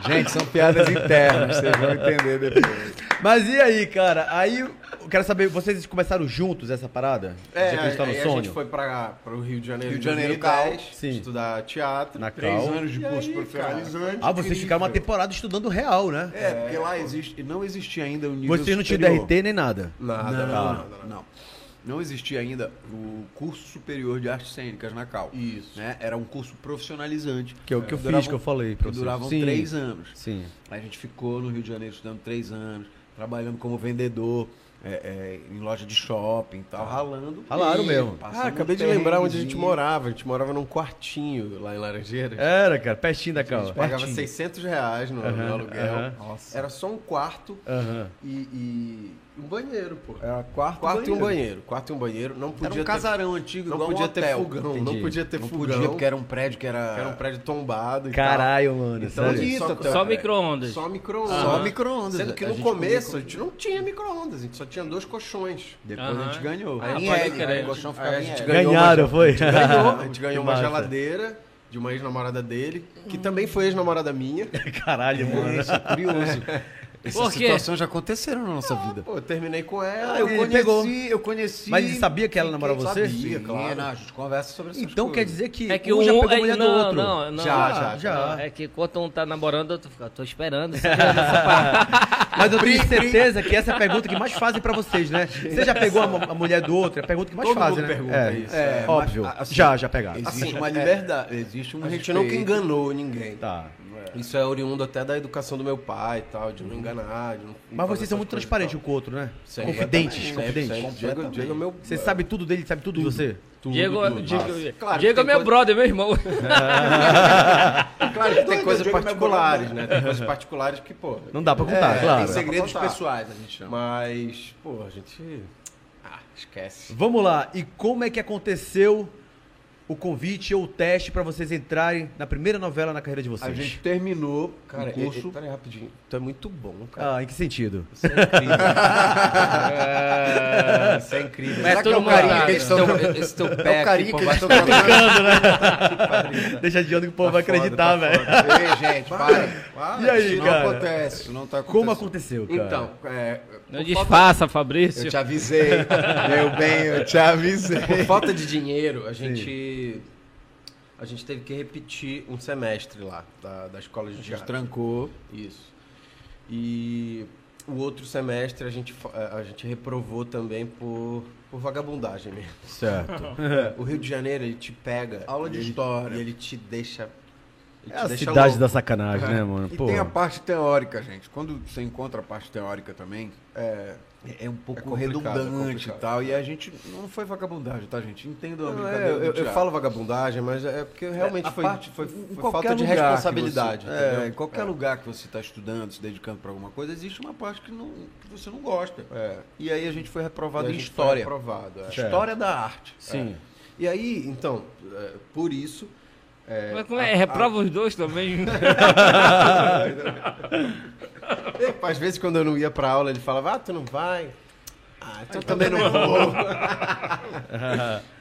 S4: Gente, são piadas internas, vocês vão entender depois.
S1: Mas e aí, cara? Aí eu quero saber, vocês começaram juntos essa parada?
S4: É,
S1: Já que a gente tá no
S3: aí a gente
S1: sonho?
S3: foi pra, pro Rio de Janeiro
S4: Rio de
S3: em
S4: Janeiro,
S3: 2010,
S4: Cal.
S1: Sim.
S3: estudar teatro.
S4: É,
S1: Na
S3: três
S1: Cal.
S3: anos de
S4: E aí,
S3: curso
S4: cara?
S3: profissionalizante.
S1: Ah, vocês ficaram uma temporada estudando real, né?
S4: É, porque lá existe, não existia ainda o nível
S1: Vocês não tinham
S4: superior.
S1: DRT nem nada.
S3: Nada,
S4: não,
S3: nada,
S4: não,
S3: nada.
S4: não. Não existia ainda o curso superior de artes cênicas na Cal.
S3: Isso.
S4: Né? Era um curso profissionalizante.
S1: Que é o que eu
S4: durava
S1: fiz, que eu falei pra
S4: que
S1: vocês.
S4: duravam
S1: Sim.
S4: três anos.
S1: Sim.
S4: A gente ficou no Rio de Janeiro estudando três anos, trabalhando como vendedor é, é, em loja de shopping e tal, ralando.
S1: Ralaram
S4: E
S1: mesmo.
S4: passando
S3: Ah, acabei de
S4: um
S3: lembrar onde a gente
S4: perrenguezinho.
S3: morava. A gente morava num quartinho lá em Laranjeiras.
S1: Era, cara, pertinho da
S3: A
S1: calma.
S3: gente pagava 600 reais no, no aluguel.
S1: aham.
S3: Nossa. Era só um quarto
S1: Aham.
S3: e, e um banheiro, pô.
S4: Era quarto,
S3: Quarto
S4: banheiro.
S3: e um banheiro. Quarto e um banheiro. Não podia
S4: Era um
S3: ter-
S4: casarão antigo,
S3: Não
S4: igual
S3: podia
S4: um hotel.
S3: ter fogão.
S1: Entendi.
S3: Não podia ter
S4: Não
S3: fogão.
S4: podia, porque era um prédio que era...
S3: Era um prédio tombado e
S1: Caralho, mano.
S3: Então,
S1: sério.
S3: isso.
S2: Só micro-ondas.
S3: Só micro-ondas.
S4: Só micro-ondas.
S3: Sendo que
S4: A
S3: no
S4: gente
S3: começo
S4: comia
S3: a gente não tinha micro-ondas, a gente só tinha dois colchões.
S4: Depois a
S2: Aham.
S4: gente ganhou.
S2: Ah,
S4: Aí
S2: pode
S4: em L,
S2: crer.
S4: aí o colchão ficava
S3: Aí a
S4: em
S3: gente
S4: L.
S3: ganhou,
S1: Ganharam, foi?
S4: é.
S3: <laughs> Ganhou, a
S1: <laughs>
S3: gente ganhou uma
S1: massa.
S3: geladeira de uma ex-namorada dele, que também foi ex-namorada <laughs> minha.
S1: Caralho, mano.
S3: é
S4: curioso.
S2: Por
S4: Essas
S2: quê?
S4: situações já aconteceram na nossa vida.
S3: Pô, eu terminei com ela.
S4: Ah, eu
S1: Ele
S4: conheci,
S1: pegou.
S4: eu conheci.
S1: Mas ele sabia que ela namorava você?
S4: Sabia,
S3: Sim,
S4: claro.
S3: não,
S4: a gente conversa sobre essas
S1: Então quer dizer que,
S2: É que
S1: um
S2: um
S1: já pegou a
S2: é-
S1: mulher do
S2: não,
S1: outro.
S2: não, não.
S3: Já, já,
S1: já.
S2: É que quando um tá namorando, eu fica, tô esperando.
S3: <laughs>
S1: Mas eu tenho certeza que essa é a pergunta que mais fazem pra vocês, né? Você já pegou a, mu- a mulher do outro? É a pergunta que mais
S3: Todo
S1: fazem,
S3: mundo
S1: né?
S3: pergunta
S1: é,
S3: isso,
S1: É,
S3: é,
S1: óbvio.
S4: mas, assim,
S1: já, já pegaram.
S4: Existe
S3: Assim,
S4: uma
S3: é-
S4: liberdade, existe um
S3: A gente
S4: respeito.
S3: nunca enganou ninguém.
S1: Tá.
S3: Isso é oriundo até da educação do meu pai e tal, de não enganar. De não
S1: Mas vocês são muito transparentes um com o outro, né? confidentes, confidentes.
S3: O Diego, Diego é meu.
S1: Você sabe tudo dele, sabe tudo de você?
S3: tudo,
S2: Diego,
S3: tudo.
S2: Diego,
S3: Claro que
S2: Diego é
S3: tem
S2: meu
S3: coisa-
S2: brother, meu irmão.
S3: Claro que tem
S4: Doido,
S3: coisas
S4: Diego é meu
S3: particulares, né? Tem coisas particulares que, pô.
S1: Não dá pra contar,
S3: É,
S1: claro.
S3: tem segredos
S4: pessoais, a gente chama.
S3: Mas, pô, a gente. Ah, esquece.
S1: Vamos lá. E como é que aconteceu o convite ou o teste pra vocês entrarem na primeira novela na carreira de
S4: A
S1: vocês?
S4: gente terminou o curso.
S3: peraí rapidinho. Tu é muito bom, cara.
S1: Ah, em que sentido?
S3: Você é incrível. Você é incrível.
S2: Mas
S3: Será que
S2: todo
S3: é o
S2: mundo
S3: carinho
S2: sabe.
S3: que eles tão-
S4: Esse teu
S3: É o
S4: pé aqui,
S3: carinho
S4: pô,
S3: que
S4: vai
S3: eles estão
S1: Deixa adiando que o povo vai acreditar, velho.
S3: Ei, gente, parem.
S1: E aí,
S3: isso
S1: cara?
S3: Não acontece, isso não tá acontecendo.
S1: Como aconteceu, cara?
S3: Então, é,
S2: Não disfarça,
S3: eu
S2: Fabrício.
S3: te avisei. Meu bem, eu te avisei. Por falta de dinheiro, a
S1: Sim.
S3: gente. A gente teve que repetir um semestre lá, da, da escola de
S4: gente
S3: teatro.
S4: trancou.
S3: Isso. E o outro semestre a gente, fa- a gente reprovou também por, por vagabundagem mesmo.
S1: Certo.
S3: O Rio de Janeiro, ele te pega.
S4: Aula de
S3: É. e ele-
S4: história.
S3: E ele te deixa
S1: É a
S4: deixa
S1: cidade
S4: louco.
S1: da sacanagem, né, mano?
S4: E
S1: Pô.
S4: tem a parte teórica, gente. Quando você encontra a parte teórica também, é, é um pouco
S3: complicado, é
S4: redundante e
S3: complicado.
S4: tal. E a gente não foi vagabundagem, tá, gente? Entendo a
S3: Não, é,
S4: brincadeira.
S3: eu,
S4: do
S3: eu
S4: teatro.
S3: falo vagabundagem, mas é porque realmente
S4: a
S3: foi,
S4: parte-
S3: foi-
S4: em
S3: foi
S4: qualquer
S3: falta de
S4: lugar que
S3: responsabilidade.
S4: você-
S3: entendeu?
S4: é, em qualquer lugar que você está estudando, se dedicando para alguma coisa, existe uma parte que, não, que você não gosta.
S3: É.
S4: E aí a gente foi
S3: E
S4: reprovado
S3: a
S4: em
S3: gente foi
S4: história.
S3: aprovado, é.
S4: História da arte.
S3: Sim. E aí, então, é, por isso. é,
S2: Mas como é? Reprova os dois
S3: <laughs>
S2: também.
S3: Epa, <laughs> Às vezes, quando eu não ia pra aula, ele falava: Ah, tu não vai? Ah, então eu também não <laughs> vou.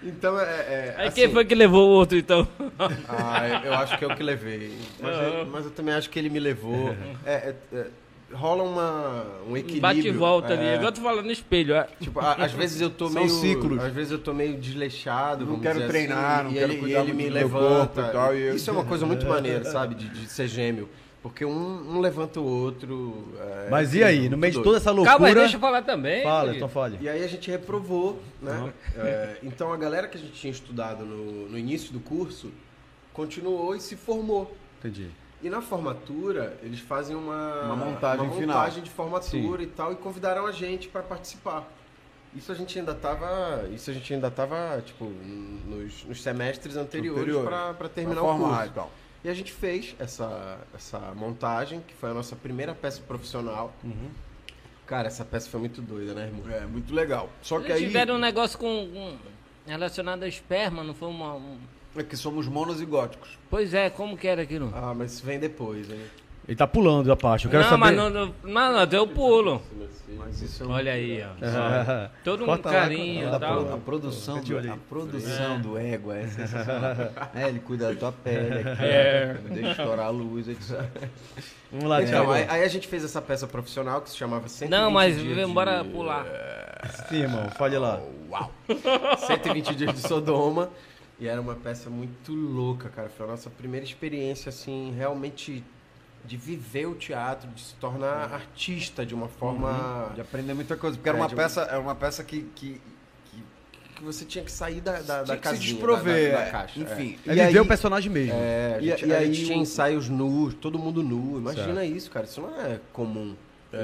S3: então, é. é,
S2: Aí
S3: assim,
S2: quem foi que levou o outro, então?
S3: Ah, eu- eu acho que é o que levei. Mas, eu, mas eu também acho que ele me levou. É, é, é, rola uma, um equilíbrio.
S2: Bate e volta ali.
S3: é,
S2: Agora tu fala no espelho. ah,
S3: Tipo, a- às vezes eu tô
S4: São
S3: meio.
S4: ciclos.
S3: Às vezes eu tô meio desleixado.
S4: Não
S3: vamos
S4: quero
S3: dizer
S4: treinar,
S3: assim,
S4: não
S3: e
S4: quero
S3: ele,
S4: cuidar
S3: e ele
S4: muito
S3: me
S4: do meu
S3: levanta.
S4: corpo e tal, e eu-
S3: Isso é uma coisa muito maneira, sabe? De, de ser gêmeo. Porque um, um levanta o outro. é,
S1: Mas e
S3: enfim,
S1: aí, no
S3: muito
S1: meio de
S3: doido.
S1: toda essa loucura.
S2: Calma aí, deixa eu falar também.
S1: Fala,
S2: querido.
S1: então fale.
S3: E aí a gente reprovou, né? É, então a galera que a gente tinha estudado no, no início do curso continuou e se formou.
S1: Entendi.
S3: E na formatura, eles fazem uma,
S4: Uma montagem
S3: uma
S4: final.
S3: montagem de formatura e tal, e convidaram a gente para participar. Isso a gente ainda tava. Isso a gente ainda tava, tipo, nos, nos semestres anteriores
S4: Anteriores.
S3: para terminar
S4: Pra
S3: o
S4: formar
S3: curso.
S4: e tal.
S3: E a gente fez essa, essa montagem, que foi a nossa primeira peça profissional.
S4: Uhum.
S3: Cara, essa peça foi muito doida, né, irmão?
S4: É, muito legal. Só que
S2: Eles
S4: aí
S2: tiveram um negócio com, com- relacionado a esperma, não foi uma... um-
S4: é que somos monozigóticos.
S2: Pois é, como que era aquilo?
S3: Ah, mas isso vem depois, hein?
S1: Ele tá pulando a parte. Eu quero
S2: não,
S1: saber. <laughs>
S2: mas não, não, não, não, deu pulo.
S3: Mas isso é um-
S2: Olha aí, ó.
S1: Ah,
S2: Todo um
S1: corta lá,
S2: carinho e
S4: A, pro- a
S2: tal.
S4: produção,
S1: de olho
S4: do, a
S1: aí.
S4: produção do égua
S3: <laughs>
S4: é sensacional. é, ele cuida da tua pele, aqui,
S2: É.
S4: deixa estourar a luz, etc. É.
S1: Vamos lá,
S3: Então,
S1: Thiago.
S3: aí, aí a gente fez essa peça profissional que se chamava 120
S2: Não, mas
S3: dias de-
S2: bora
S3: <laughs>
S2: pular.
S1: Sim, irmão, fale lá.
S3: 120 dias de Sodoma. E era uma peça muito louca, cara. Foi a nossa primeira experiência, assim, realmente de viver o teatro, de se tornar
S4: Uhum.
S3: artista de uma forma.
S4: De aprender muita coisa. Porque era
S3: É,
S4: uma
S3: de-
S4: peça, era uma peça que, que, que
S3: Que você tinha que sair da, da, da
S4: tinha que se
S3: casinha, da,
S4: desprover.
S3: da- da
S4: é.
S3: caixa.
S4: Enfim.
S1: Ele vê o personagem mesmo.
S3: É, a
S4: E-
S3: gente,
S4: e
S3: a
S4: aí
S3: gente tinha
S4: o-
S3: ensaios nus, todo mundo nu. Imagina isso, cara. Isso não é comum.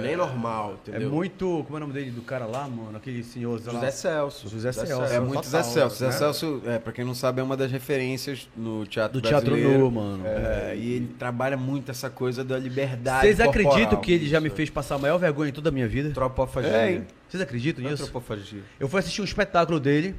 S3: Nem normal,
S1: É
S3: entendeu?
S1: muito. Como é o nome dele do cara lá, mano? Aquele senhor. sei lá.
S3: José Celso.
S1: José Celso.
S4: É
S1: Total,
S4: muito Zé Celso. Zé
S1: né?
S4: Celso, é, pra quem não sabe, é uma das referências no teatro
S1: Do teatro
S4: brasileiro.
S1: nu, mano.
S4: É, e ele trabalha muito essa coisa da liberdade
S1: Vocês
S4: corporal.
S1: acreditam que ele já me fez passar a maior vergonha em toda a minha vida?
S3: Tropofagia.
S4: É, hein?
S1: Vocês acreditam
S3: Não é
S1: nisso?
S3: tropofagia.
S1: Eu fui assistir um espetáculo dele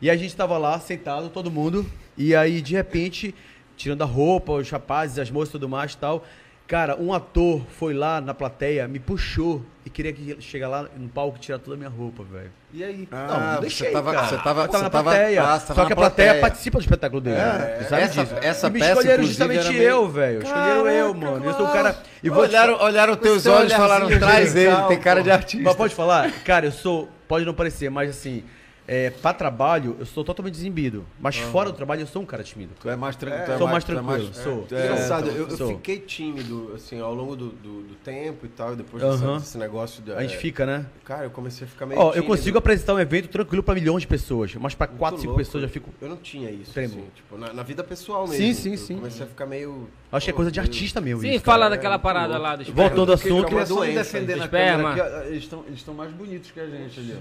S1: e a gente tava lá sentado, todo mundo, e aí de repente, tirando a roupa, os rapazes, as moças e tudo mais e tal. Cara, um ator foi lá na plateia, me puxou e queria que chegar lá no palco e tirar toda a minha roupa, velho.
S3: E aí?
S4: Ah,
S1: deixei,
S4: você tava,
S1: cara.
S4: você tava,
S1: Eu tava
S4: você
S1: na
S4: tava-
S1: plateia.
S4: ah, você
S1: Só
S4: tava
S1: que
S4: na
S1: a plateia,
S4: plateia. É,
S1: participa do espetáculo dele. Você sabe
S4: essa-
S1: disso.
S4: essa
S1: e me
S4: peça,
S1: escolheram
S4: inclusive,
S1: justamente
S4: era meio-
S1: eu, velho. Escolheram eu, mano. Eu sou o cara. E vou te um
S4: olharam, olharam teus
S3: Você
S4: olhos e
S3: olha
S4: falaram,
S3: assim,
S4: traz ele,
S3: angelical,
S4: tem cara de
S3: pô."
S4: artista.
S1: Mas pode falar, cara, eu sou. Pode não parecer, mas assim, é, pra trabalho, eu sou totalmente desembido. Mas fora do trabalho, eu sou um cara tímido.
S4: Tu é mais tranquilo.
S1: sou mais tranquilo, sou.
S4: É,
S3: Engraçado,
S1: então,
S3: eu, eu
S1: sou.
S3: fiquei tímido, assim, ao longo do, do, do tempo e tal, e depois
S1: Aham.
S3: dessa- desse negócio... da-
S1: A gente fica, né?
S3: Cara, eu comecei a ficar meio
S1: Ó, eu
S3: É. tímido.
S1: consigo apresentar um evento tranquilo pra milhões de pessoas, mas pra
S3: Muito
S1: quatro, cinco
S3: louco.
S1: pessoas eu já fico.
S3: Eu não tinha isso,
S1: Tremo.
S3: assim, tipo, na, na vida pessoal
S1: Sim,
S3: mesmo.
S1: sim,
S3: eu
S1: sim.
S3: comecei a ficar meio...
S1: Acho que é
S3: Pô,
S1: coisa de
S3: meio-
S1: artista mesmo.
S2: Sim,
S1: isso,
S2: fala
S1: cara.
S2: daquela parada lá do esperma.
S1: Voltando ao assunto.
S3: Porque é uma
S4: Só me
S3: doença,
S4: defender na
S2: Esperma.
S4: câmera, que, ó, eles estão eles tão mais bonitos que a gente ali.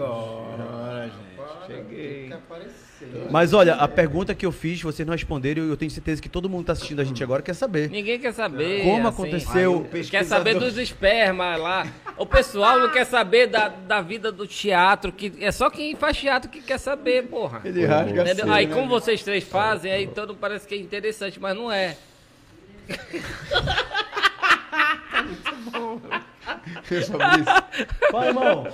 S4: ó. Agora, gente. Cheguei.
S1: Mas olha, a pergunta que eu fiz, vocês não responderam, e eu tenho certeza que todo mundo tá assistindo a gente agora quer
S2: <laughs>
S1: saber.
S2: Ninguém quer saber.
S1: Como
S2: assim.
S1: aconteceu.
S2: Quer saber dos espermas lá. O pessoal não quer saber da, da vida do teatro. Que é só quem faz teatro que quer saber, porra.
S4: Ele rasga
S2: Entendeu? Aí
S1: né?
S2: como vocês três fazem, aí todo parece que é interessante, mas não é.
S1: Fala, irmão.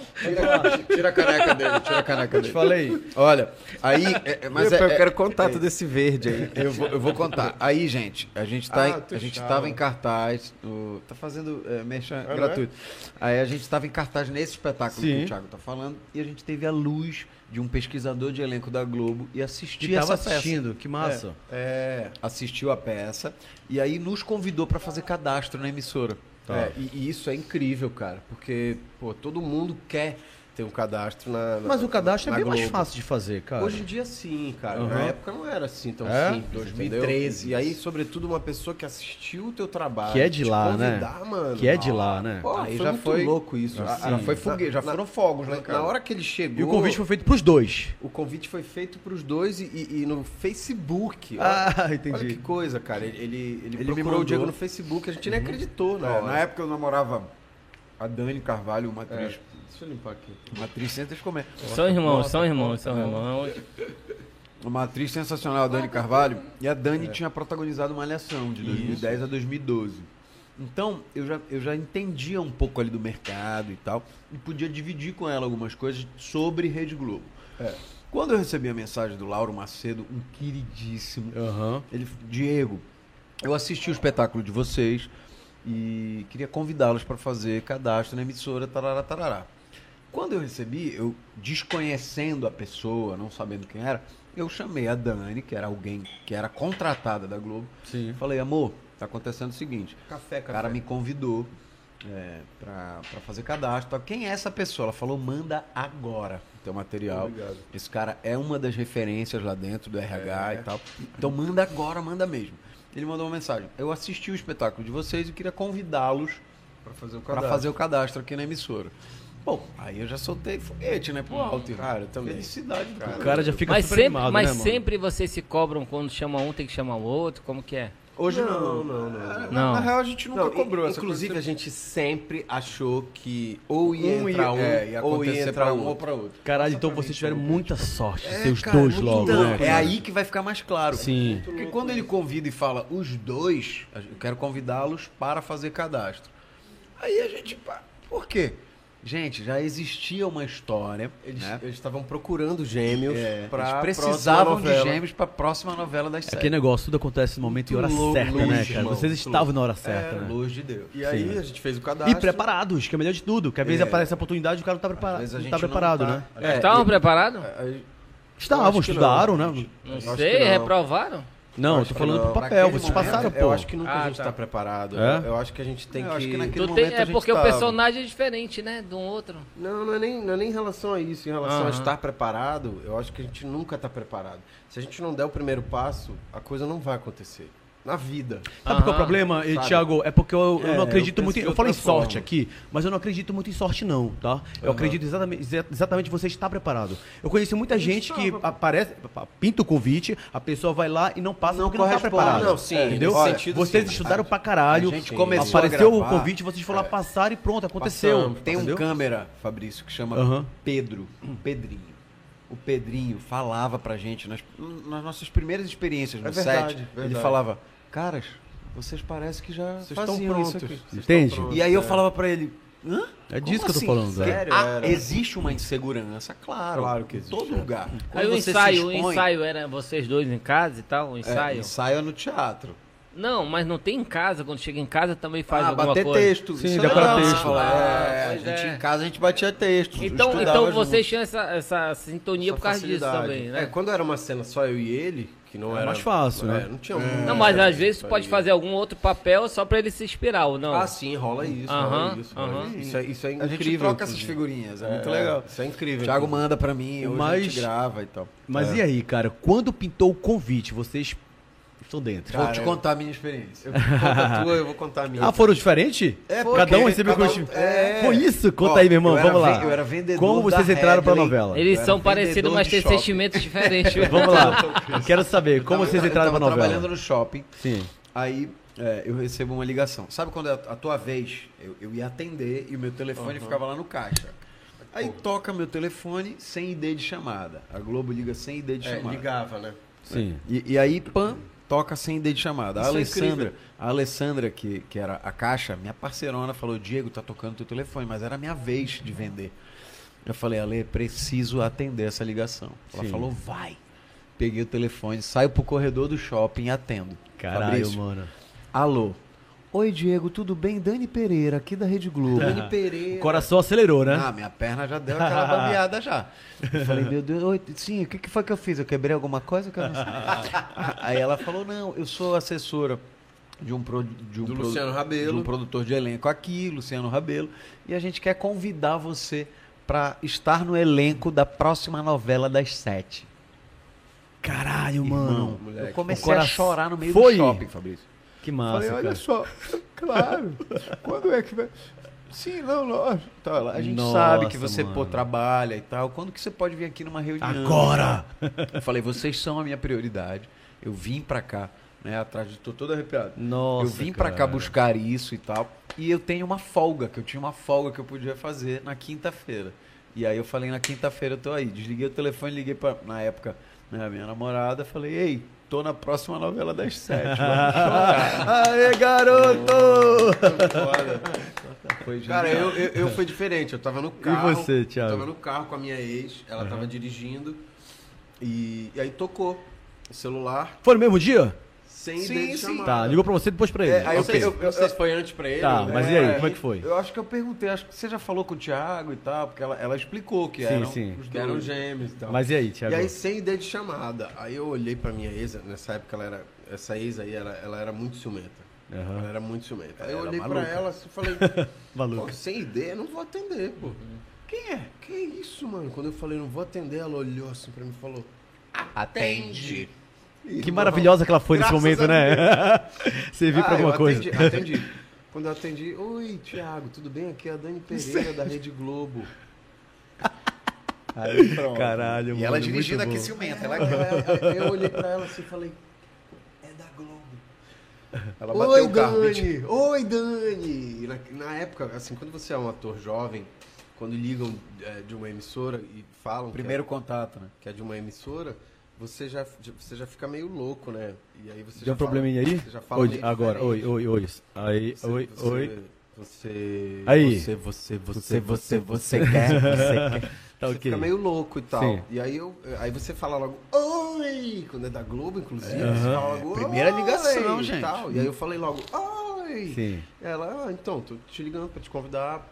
S4: Tira a caneca dele, tira a caneca dele.
S1: Falei.
S4: Olha, aí. é- é- mas é- é-
S3: contato desse verde aí.
S4: Eu vou, eu vou contar. Aí, gente, a gente, tá,
S3: Ah,
S4: em-
S3: tu
S4: a gente
S3: chama.
S4: tava em cartaz. no- tá fazendo é, merchan
S3: é?
S4: gratuito. Aí a gente tava em cartaz nesse espetáculo que
S1: Sim.
S4: o Thiago tá falando. E a gente teve a luz de um pesquisador de elenco da Globo e
S1: Que
S4: assistiu
S1: tava
S4: essa peça.
S1: assistindo, que massa.
S4: É, assistiu a peça e aí nos convidou pra fazer cadastro na emissora.
S3: É, e, e isso é incrível, cara, porque pô, todo mundo quer tem um cadastro na. na-
S1: Mas o cadastro é
S3: na
S1: bem mais
S3: Globo.
S1: fácil de fazer, cara.
S3: Hoje em dia sim, cara. Na
S1: Uhum.
S3: época não era assim tão
S1: É?
S3: simples.
S4: 2013.
S3: entendeu? E aí, sobretudo, uma pessoa que assistiu o teu trabalho.
S1: Que é de
S3: te
S1: lá, né?
S3: convidar, Mano,
S1: Que é de lá, né?
S3: Pô,
S4: Aí
S3: foi
S4: já
S3: muito
S4: foi-
S3: louco isso.
S4: Já,
S3: assim.
S4: já foi
S3: Na-
S4: fogueira, já
S3: na-
S4: foram fogos, né,
S3: na,
S4: cara?
S3: na hora que ele chegou.
S1: E o convite foi feito pros dois.
S3: o convite foi feito pros dois e, e- e no Facebook. Olha-
S4: <laughs>
S1: Ah,
S3: Olha que
S1: entendi.
S3: coisa, cara. Ele, ele, ele
S4: me
S3: procurou
S4: mandou.
S3: o Diego no Facebook. A gente
S1: Uhum.
S3: nem acreditou né? na
S4: É,
S3: hora.
S4: na época eu namorava a Dani Carvalho, uma atriz,
S3: Deixa eu limpar aqui.
S4: uma atriz sensacional.
S2: São irmãos, são irmãos, são irmãos.
S4: Uma atriz sensacional, a Dani Carvalho. E a Dani tinha protagonizado Malhação de 2010 a 2012. Então, eu já, eu já entendia um pouco ali do mercado e tal. E podia dividir com ela algumas coisas sobre Rede Globo. Quando eu recebi a mensagem do Lauro Macedo, um queridíssimo,
S1: Aham.
S4: ele, Diego, eu assisti o espetáculo de vocês e queria convidá-los para fazer cadastro na emissora tarará, tarará. Quando eu recebi, eu desconhecendo a pessoa, não sabendo quem era, eu chamei a Dani, que era alguém que era contratada da Globo, e
S1: Sim.
S4: falei, amor, tá acontecendo o seguinte,
S3: Café,
S4: o cara me convidou é, pra, pra fazer cadastro. tal. Quem é essa pessoa? Ela falou, manda agora o teu material.
S3: Obrigado.
S4: Esse cara é uma das referências lá dentro do RH e tal. Então manda agora, manda mesmo. Ele mandou uma mensagem. Eu assisti o espetáculo de vocês e queria convidá-los
S3: Pra fazer o
S4: pra
S3: cadastro.
S4: fazer o cadastro aqui na emissora. Bom, aí eu já soltei foguete, né, pro alto. irmão.
S3: Cara, eu também.
S4: Felicidade, cara.
S1: O cara já fica
S2: Mas
S1: super
S2: sempre,
S1: animado,
S2: mas
S1: né, mano?
S2: sempre vocês se cobram quando chama um, tem que chamar o outro, como que é?
S4: Hoje
S3: Não,
S4: não.
S3: não, não.
S4: Na-
S2: Não.
S4: Na real, a gente nunca
S3: Não,
S4: cobrou
S3: i-
S4: essa
S3: Inclusive,
S4: coisa.
S3: a gente sempre achou que ou ia
S4: Um ia-
S3: entrar um,
S4: é, ia
S3: ou ia
S4: acontecer
S3: entrar
S4: pra
S3: um
S4: um
S3: ou
S4: ou
S3: pra outro.
S1: Caralho, então vocês tiveram muita sorte de ser os
S4: É, cara,
S1: dois
S4: muito
S1: logo,
S4: então,
S1: né?
S4: É
S1: cara?
S4: aí que vai ficar mais claro.
S1: Sim.
S4: Porque quando ele convida e fala os dois, eu quero convidá-los para fazer cadastro. Aí a gente, pá, por quê? Gente, já existia uma história,
S3: Eles
S4: né?
S3: eles estavam procurando gêmeos
S4: É,
S3: pra
S4: eles
S3: próxima
S4: precisavam de
S3: novela. É,
S4: gêmeos para a próxima novela das
S1: Aquele
S4: séries.
S1: é negócio, tudo acontece no momento e hora
S4: Muito louco,
S1: certa, né,
S4: luz,
S1: cara?
S4: irmão,
S1: Vocês
S4: muito É,
S1: estavam na hora certa, né?
S4: Luz de Deus.
S3: E aí
S1: Sim.
S3: a gente fez o
S1: E
S3: cadastro.
S1: preparados, que é o melhor de tudo. Que às vezes
S4: É.
S1: aparece a oportunidade e o cara não tá, prepara-
S4: Às vezes a
S1: não
S4: gente
S1: tá
S4: não
S1: preparado,
S4: tá.
S1: né?
S3: É,
S2: Estavam
S3: e-
S2: preparados?
S3: aí-
S1: Estavam,
S3: Eu acho que
S1: estudaram,
S3: não, é
S1: né?
S2: Não
S3: acho que
S2: sei,
S3: não.
S2: reprovaram?
S1: Não, eu
S3: acho
S1: tô
S3: que
S1: falando
S3: não.
S1: pro papel,
S4: Naquele
S1: vocês passaram,
S3: eu
S1: pô.
S3: acho que nunca
S2: Ah,
S3: a gente
S2: tá.
S3: tá, preparado.
S1: É?
S3: Eu acho que a gente tem
S4: Eu
S3: que...
S4: acho que naquele-
S2: Tu
S4: momento
S2: tem-
S4: a
S2: é
S4: gente
S2: porque o
S4: tava.
S2: personagem é diferente, né? De um outro.
S3: Não, não é, nem, não é nem em relação a isso. Em relação a
S2: Aham.
S3: estar preparado, eu acho que a gente nunca tá preparado. Se a gente não der o primeiro passo, a coisa não vai acontecer. Na vida.
S1: Sabe qual é o
S2: Aham,
S1: problema, eh,
S3: sabe?
S1: Thiago? É porque eu, eu
S3: É,
S1: não
S3: eu
S1: acredito
S3: penso
S1: muito. Em,
S3: de
S1: eu falei
S3: outra forma.
S1: sorte aqui, mas eu não acredito muito em sorte, não, tá? Eu acredito exatamente, exa- exatamente você estar preparado. Eu conheço muita gente que aparece, pa- pinta o convite, a pessoa vai lá e não passa
S3: Não
S1: porque não tá
S3: corresponde.
S1: preparado.
S3: Não, sim,
S1: entendeu?
S3: nesse
S1: Olha,
S3: sentido,
S1: vocês
S3: sim.
S1: estudaram pra caralho.
S4: A gente começou
S1: apareceu
S4: a gravar.
S1: o convite, vocês foram lá passar e pronto, aconteceu.
S3: É. Passamos,
S4: Tem um
S1: entendeu?
S4: câmera, Fabrício, que chama
S1: Aham.
S4: Pedro, um Pedrinho. O Pedrinho falava pra gente nas, nas nossas primeiras experiências no
S3: É verdade,
S4: set. Ele
S3: verdade.
S4: falava, caras, vocês parecem que já
S3: Vocês estão
S4: faziam
S3: prontos.
S4: isso aqui.
S1: Entende?
S4: E aí eu falava pra ele, hã?
S1: É
S4: Como
S1: disso que eu tô
S4: assim?
S1: falando,
S4: Porque
S3: Sério,
S4: há-
S3: era.
S4: existe uma insegurança, claro.
S3: Claro que existe,
S4: Em todo
S3: é.
S4: lugar.
S2: Aí
S4: Quando
S2: o
S4: você se
S2: ensaio, o
S4: expõe-
S2: ensaio era vocês dois em casa e tal, o
S4: É,
S2: ensaio.
S4: ensaio é no teatro.
S2: Não, mas não tem em casa, quando chega em casa também faz
S4: ah,
S2: alguma
S4: bater
S2: coisa.
S4: texto.
S1: Sim,
S4: é
S1: decorar
S4: legal,
S1: texto.
S4: você fala,
S2: Ah,
S4: é, a
S2: pois
S4: gente
S2: é.
S4: em casa a gente batia texto.
S2: Então,
S4: estudava
S2: então
S4: junto.
S2: vocês tinham essa, essa sintonia
S3: Essa
S2: por causa disso
S3: facilidade.
S2: também, né?
S3: É, quando era uma cena só eu e ele, que não
S1: É
S3: era.
S1: mais fácil, né?
S3: é, Não tinha muito.
S2: Não, mas
S3: Era
S4: é,
S2: às vezes
S3: só
S2: tu pode
S3: eu e
S2: fazer algum outro papel só pra ele se inspirar, ou não?
S3: ele. Ah, sim, rola isso, rola
S2: Aham,
S3: isso. rola
S2: aham.
S3: isso. Isso, é, isso é
S4: A
S3: incrível.
S4: gente troca essas
S3: inclusive.
S4: figurinhas, é, muito
S3: É,
S4: legal.
S3: Isso é incrível.
S4: Thiago manda pra mim, hoje a
S1: Mas-
S4: gente grava e tal.
S1: Mas
S3: É.
S1: e aí, cara? Quando pintou o convite, vocês estão dentro.
S4: Vou te contar a minha experiência.
S3: Conta a tua, eu vou contar
S1: <laughs>
S3: a minha.
S1: Ah, foram diferentes?
S4: É,
S1: cada
S4: porque
S1: um recebeu
S4: cada
S1: o
S4: um-
S1: convite.
S4: é.
S1: Foi isso? Conta
S4: Ó,
S1: aí, meu irmão,
S4: eu era
S1: vamos lá.
S4: ve- eu era vendedor
S1: Como vocês
S4: da
S1: entraram pra
S4: Hadley.
S1: novela?
S2: Eles
S4: Eu
S2: são
S4: era
S2: parecidos,
S4: vendedor
S2: mas
S4: de
S2: têm
S4: shopping.
S2: sentimentos
S4: <laughs>
S2: diferentes.
S1: Vamos lá. Eu quero saber como vocês
S4: Eu
S1: entraram
S4: tava
S1: pra novela.
S4: trabalhando no shopping,
S1: Sim.
S4: aí é, eu recebo uma ligação. Sabe quando é a a tua vez? Eu, eu ia atender e o meu telefone ficava lá no caixa. Aí toca meu telefone sem ID de chamada. A Globo liga sem ID de
S3: É,
S4: chamada.
S3: ligava, né?
S1: Sim.
S4: E, e aí, pam, toca sem ID de chamada. A
S3: Isso é
S4: Alessandra, a Alessandra que, que era a caixa, minha parceirona, falou: Diego, tá tocando teu telefone, mas era a minha vez de vender. Eu falei, Ale, preciso atender essa ligação. Ela
S1: Sim.
S4: falou, vai. Peguei o telefone, saio pro corredor do shopping e atendo.
S1: Caralho,
S4: Fabrício,
S1: mano.
S4: Alô. Oi, Diego, tudo bem? Dani Pereira, aqui da Rede Globo. Dani
S1: O coração acelerou, né?
S4: ah, minha perna já deu aquela bambeada já. Eu falei, meu Deus, oi, sim, o que, que foi que eu fiz? Eu quebrei alguma coisa? Que eu <laughs> não sei? Aí ela falou, não, eu sou assessora de um, pro, de um
S3: Do
S4: produ-
S3: Luciano Rabelo.
S4: de um produtor de elenco aqui, Luciano Rabelo, e a gente quer convidar você
S7: pra estar no elenco da próxima novela das sete.
S1: Caralho, mano.
S7: eu comecei
S1: o
S7: a
S1: coração-
S7: chorar no meio
S1: Foi?
S7: do shopping, Fabrício.
S2: Que massa,
S5: Falei, olha
S2: cara.
S3: <laughs>
S5: só, claro. quando é que vai. Sim, não, não.
S4: Tá, <laughs> lá, a gente
S7: Nossa,
S4: sabe que você, pô,
S7: mano.
S4: trabalha e tal. Quando que você pode vir aqui numa reunião?
S1: Agora!
S4: Eu falei, vocês são a minha prioridade. Eu vim pra cá, né? Atrás de. Tô todo arrepiado.
S7: Nossa,
S4: eu vim pra cá
S7: cara.
S4: buscar isso e tal. E eu tenho uma folga, que eu tinha uma folga que eu podia fazer na quinta-feira. E aí eu falei, na quinta-feira eu tô aí. Desliguei o telefone, liguei pra, na época, né, a minha namorada, falei, ei, tô na próxima novela
S1: <laughs>
S4: das sete. vamos chorar." Aê, garoto! Foi
S3: Cara,
S4: genial.
S3: eu, eu, eu fui diferente. Eu tava no carro.
S7: você, Thiago?
S3: Eu tava no carro com a minha ex, ela tava dirigindo. E, e aí tocou o celular
S1: Foi no mesmo dia?
S3: sem
S4: Sim,
S3: dele
S4: sim.
S3: chamar.
S1: Tá, ligou pra você depois pra ele.
S3: É, aí eu
S1: Ok.
S3: sei, eu, eu, sei se foi antes pra ele.
S1: Tá,
S3: né?
S1: mas e aí, como é que foi?
S4: Eu acho que eu perguntei, acho que você já falou com o Thiago e tal, porque ela, ela explicou que um
S1: Sim,
S4: eram
S1: sim.
S4: os
S3: Que eram
S4: dois.
S3: gêmeos e tal.
S1: Mas e aí,
S3: E
S1: Thiago?
S3: aí, sem ideia de chamada. Aí eu olhei pra minha ex, nessa época ela era. Essa ex aí, ela, ela era muito ciumenta. Ela era muito ciumenta. Aí eu
S4: Ela era
S3: olhei
S4: maluca.
S3: pra ela assim, e falei,
S1: Maluca.
S3: pô, sem ideia, não vou atender, pô. Quem é? Que isso, mano? Quando eu falei, não vou atender, ela olhou assim pra mim e falou, atende.
S1: Que maravilhosa que ela foi
S3: Graças
S1: nesse momento,
S3: a
S1: né? <laughs> Serviu pra
S3: Ah, eu
S1: alguma coisa.
S3: Atendi, atendi.
S1: <laughs>
S3: Quando eu atendi, oi, Thiago, tudo bem? Aqui é a Dani Pereira, da Rede Globo. Aí pronto.
S1: <laughs>
S3: é
S1: Caralho, mano.
S7: E ela
S1: muito
S7: dirigindo
S1: bom.
S7: aqui ciumenta. Ela...
S3: Aí, aí, aí eu olhei pra ela assim e falei, é da Globo.
S4: Ela
S3: Oi,
S4: bateu o carro. mentira.
S3: Dani! Oi, Dani! Na, na época, assim, quando você é um ator jovem, quando ligam é, de uma emissora e falam que é-
S4: Primeiro contato, né?
S3: que é, de uma emissora, você já, você já fica meio louco, né? E aí você
S1: Deu
S3: já
S1: um probleminha
S3: fala,
S1: aí?
S3: Você já fala
S1: Oi,
S3: meio
S1: agora, oi,
S3: diferente.
S1: oi, oi. Aí,
S3: Você-
S1: oi,
S3: você-
S1: oi. <laughs>
S3: Você,
S1: Aí.
S3: você, você,
S7: Você,
S3: você,
S7: você, você quer, você quer.
S1: Tá
S3: você
S1: ok.
S3: fica meio louco e tal.
S1: Sim.
S3: E aí, eu, aí você fala logo, oi! Quando é da Globo, inclusive, você fala logo,
S7: É, Primeira
S3: "Oi",
S7: ligação,
S3: e
S7: gente.
S3: tal. E aí eu falei logo, oi!
S1: Sim.
S3: Ela, ah, então, tô te ligando pra te convidar,